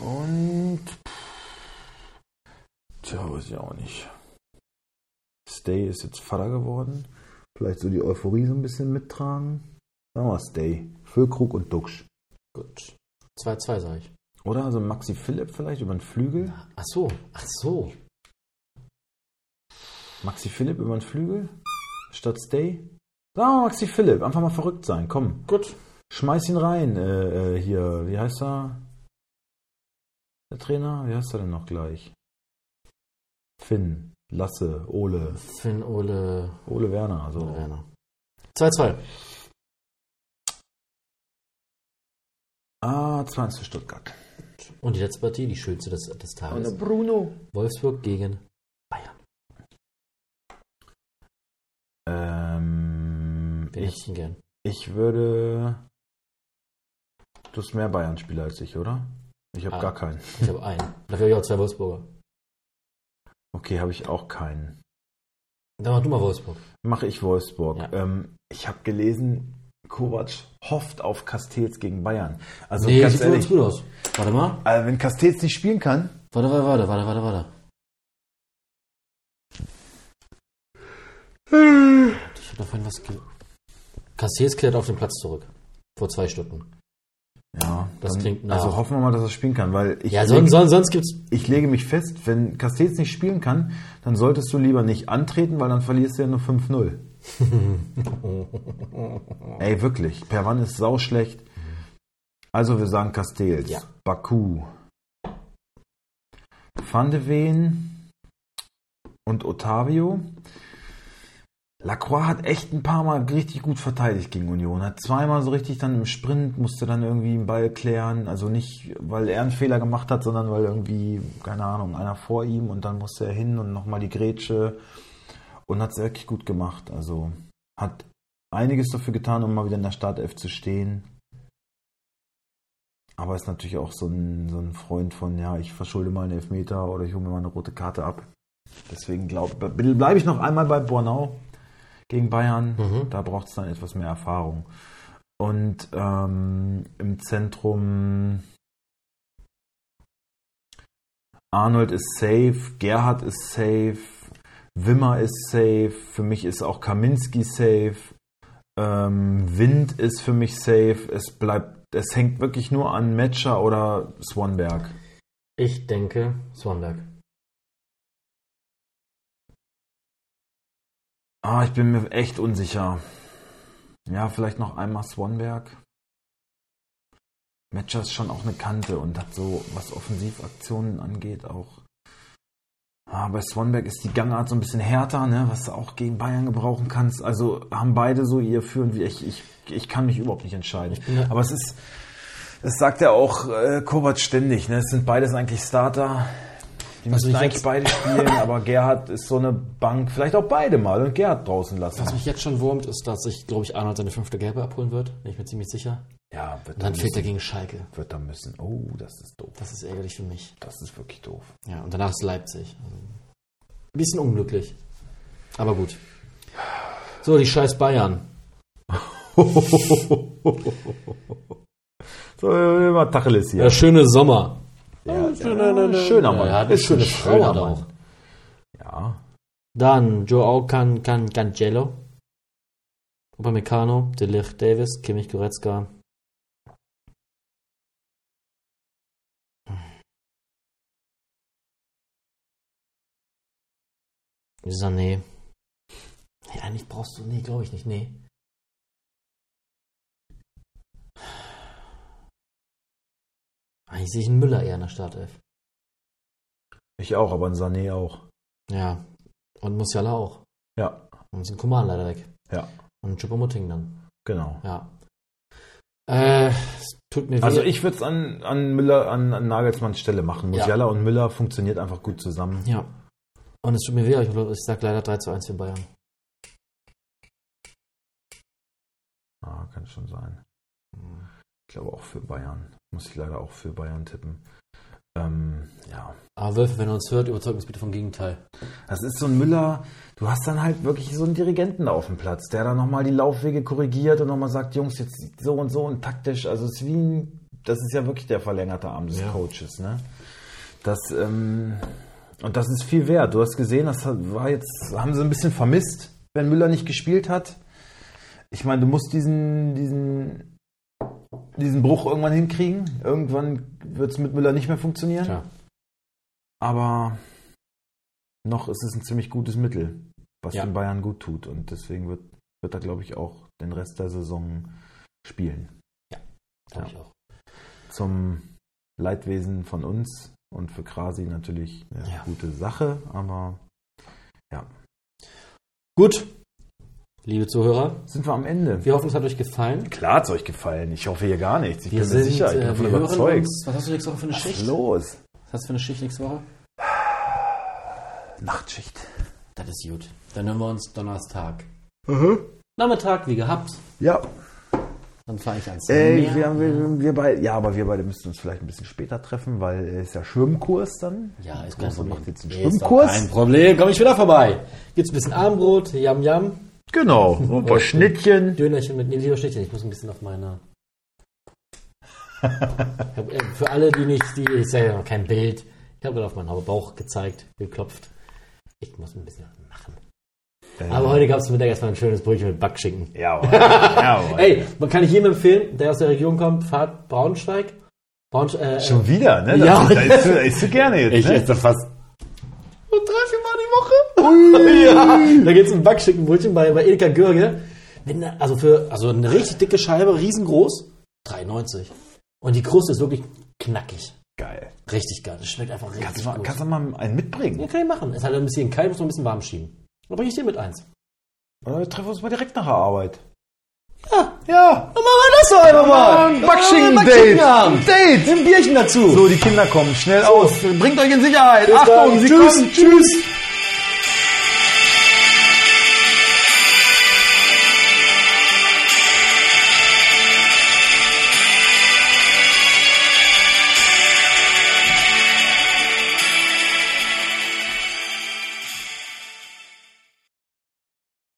Und. Tja, weiß ich auch nicht. Stay ist jetzt Vater geworden. Vielleicht so die Euphorie so ein bisschen mittragen. Sagen wir Stay. Füllkrug und Duxch.
Gut. 2-2 sage ich.
Oder? Also Maxi Philipp vielleicht über den Flügel.
Ach so, ach so.
Maxi Philipp über den Flügel. Statt Stay. Sagen wir Maxi Philipp. Einfach mal verrückt sein. Komm.
Gut.
Schmeiß ihn rein. Äh, äh, hier. Wie heißt er? Der Trainer? Wie heißt er denn noch gleich? Finn. Lasse. Ole.
Finn Ole
Ole Werner. So.
Werner. 2-2.
Ah, 2 zu Stuttgart.
Und die letzte Partie, die schönste des, des Tages.
Bruno.
Wolfsburg gegen Bayern.
Ähm,
Wen hättest
ich,
du denn gern?
ich würde. Du hast mehr Bayern-Spieler als ich, oder? Ich habe
Ah.
gar keinen.
Ich habe einen. Dafür habe ich auch zwei Wolfsburger.
Okay, habe ich auch keinen.
Dann mach du mal Wolfsburg.
Mache ich Wolfsburg.
Ja.
Ähm, ich habe gelesen, Kovac hofft auf Castells gegen Bayern. Also
nee,
ganz
sieht für uns
ehrlich,
gut aus. Warte mal.
also wenn Castells nicht spielen kann,
Warte, warte, warte, warte, warte, warte. Ich habe da vorhin was ge... Cassiers kehrt auf den Platz zurück. Vor zwei Stunden.
ja,
Das
dann,
klingt nach.
also hoffen wir mal, dass er spielen kann, weil ich
Ja,
lege-
sonst, sonst, sonst gibt's.
ich lege mich fest, wenn Castells nicht spielen kann, dann solltest du lieber nicht antreten, weil dann verlierst du ja nur 5-0. Ey, wirklich. Perwan ist sauschlecht. Also, wir sagen Castells.
Ja.
Baku. Van de Ven und Otavio. Lacroix hat echt ein paar Mal richtig gut verteidigt gegen Union. Hat zweimal so richtig dann im Sprint, musste dann irgendwie einen Ball klären. Also nicht, weil er einen Fehler gemacht hat, sondern weil irgendwie, keine Ahnung, einer vor ihm und dann musste er hin und nochmal die Grätsche. Und hat es wirklich gut gemacht. Also hat einiges dafür getan, um mal wieder in der Startelf zu stehen. Aber ist natürlich auch so ein, so ein Freund von, ja, ich verschulde mal einen Elfmeter oder ich hole mir mal eine rote Karte ab. Deswegen glaube bleibe ich noch einmal bei Bornau gegen Bayern.
Mhm.
Da braucht es dann etwas mehr Erfahrung. Und ähm, im Zentrum Arnold ist safe, Gerhard ist safe, Wimmer ist safe, für mich ist auch Kaminski safe, ähm, Wind ist für mich safe, es bleibt, es hängt wirklich nur an Matcher oder Swanberg.
Ich denke, Swanberg.
Ah, ich bin mir echt unsicher. Ja, vielleicht noch einmal Swanberg. Matcher ist schon auch eine Kante und hat so, was Offensivaktionen angeht, auch. Ah, bei Swanberg ist die Gangart so ein bisschen härter, ne, was du auch gegen Bayern gebrauchen kannst. Also haben beide so ihr Führen wie ich. Ich, ich kann mich überhaupt nicht entscheiden. Aber es ist, es sagt ja auch äh, Kovac ständig, ne? Es sind beides eigentlich Starter. Die
Was
müssen
mich
eigentlich
jetzt-
beide spielen, aber Gerhard ist so eine Bank. Vielleicht auch beide mal und Gerhard draußen lassen.
Was mich jetzt schon wurmt, ist, dass ich, glaube ich, Arnold seine fünfte Gelbe abholen wird. Bin ich mir ziemlich sicher.
Ja, wird
Und dann
er
fehlt er
müssen.
gegen Schalke.
Wird er müssen. Oh, das ist doof.
Das ist ärgerlich für mich.
Das ist wirklich doof.
Ja, und danach ist Leipzig. Also, ein bisschen unglücklich. Aber gut. So, die scheiß Bayern.
So, immer Tacheles hier.
Der schöne Sommer.
Ja, ja, schöner Mann.
Ja, hat eine
Ist ein
schöne Frau
schöner
hat er
Mann.
auch.
Ja.
Dann Joao Can, Can, Cancelo. Upamecano, De Ligt Davis, Kimmich Goretzka. Sané. Nee, eigentlich brauchst du, nee, glaube ich nicht, nee. Eigentlich sehe ich einen Müller eher in der Startelf.
Ich auch, aber ein Sané auch.
Ja. Und Musiala auch.
Ja,
Und sind Kuman leider weg.
Ja.
Und Chupomutting dann.
genau.
Ja. Äh, es tut mir weh.
Also ich würde es an, an Müller, an, an Nagelsmanns Stelle machen.
Ja.
Musiala und Müller funktioniert einfach gut zusammen.
Ja. Und es tut mir weh, aber ich, glaub, ich sag leider 3 zu 1 für Bayern.
Ah, kann schon sein. Ich glaube auch für Bayern. Muss ich leider auch für Bayern tippen. Ähm, ja.
Aber Wölfe, wenn ihr uns hört, überzeugt uns bitte vom Gegenteil.
Das ist so ein Müller, du hast dann halt wirklich so einen Dirigenten da auf dem Platz, der dann nochmal die Laufwege korrigiert und nochmal sagt, Jungs, jetzt so und so und taktisch. Also es ist wie ein, das ist ja wirklich der verlängerte Arm des
Ja.
Coaches, ne? Das, ähm, Und das ist viel wert. Du hast gesehen, das hat- war jetzt, haben sie ein bisschen vermisst, wenn Müller nicht gespielt hat. Ich meine, du musst diesen, diesen, diesen Bruch irgendwann hinkriegen. Irgendwann wird es mit Müller nicht mehr funktionieren.
Tja.
Aber noch ist es ein ziemlich gutes Mittel, was
Ja.
den Bayern gut tut. Und deswegen wird, wird er, glaube ich, auch den Rest der Saison spielen.
glaub
Ja.
Ich auch.
Zum Leidwesen von uns und für Krasi natürlich eine
Ja.
gute Sache, aber
Gut, liebe Zuhörer,
sind wir am Ende.
wir hoffen, es hat euch gefallen.
Klar hat es euch gefallen. Ich hoffe hier gar nichts. Ich
Wir
bin
sind,
mir sicher, ich bin
äh,
davon
wir hören
überzeugt.
uns. Was hast du nächste Woche für eine
Was
Schicht?
ist los?
Was hast du für eine Schicht nächste Woche?
Nachtschicht.
Das ist gut. Dann hören wir uns Donnerstag.
Mhm.
Nachmittag, wie gehabt.
Ja,
Dann fahre ich ans
ey,
Meer.
wir, haben- wir, wir beide, ja, aber wir beide müssen uns vielleicht ein bisschen später treffen, weil es ist ja Schwimmkurs dann.
Ja, ist kein
Großer
Problem.
macht jetzt einen
Nee, ist doch
Schwimmkurs.
Kein Problem, komm ich wieder vorbei. Gibt's ein bisschen Armbrot, Yam Yam,
Genau, so ein paar Schnittchen.
Dönerchen mit nee, lieber Schnittchen. Ich muss ein bisschen auf meine. Ich hab, äh, für alle, die nicht, die ich sehe ja noch kein Bild. Ich habe gerade auf meinen Bauch gezeigt, geklopft. Ich muss ein bisschen was machen. Aber heute gab es zum Mittag erstmal ein schönes Brötchen mit Backschinken.
Jawohl. Jawohl.
Ey, man kann ich jedem empfehlen, der aus der Region kommt, fahrt Braunschweig. Braunsch äh, äh,
Schon wieder, ne? Da,
Ja.
da isst du, da isst du gerne jetzt.
Ich
ne?
esse
fast.
Und drei, vier Mal die Woche? ja. Da geht's um Backschinkenbrötchen bei, bei Ilka Görge. Wenn da- Also für also eine richtig dicke Scheibe, riesengroß, 93. Und die Kruste ist wirklich knackig.
Geil.
Richtig geil. Das schmeckt einfach richtig
Kannst du, mal,
gut.
kannst du mal einen
ja,
mitbringen?
kann ich machen. Ist halt ein bisschen kalt, muss noch ein bisschen warm schieben. Dann bringe ich dir mit eins.
Oder wir treffen uns mal direkt nach der Arbeit. Ja. Ja.
Dann machen wir das doch einfach
Ein Backschinken-Date. Ein Date.
Nimm Bierchen dazu.
So, die Kinder kommen schnell aus. Bringt euch in Sicherheit. Achtung,
dann.
sie
Tschüss,
kommen. Tschüss.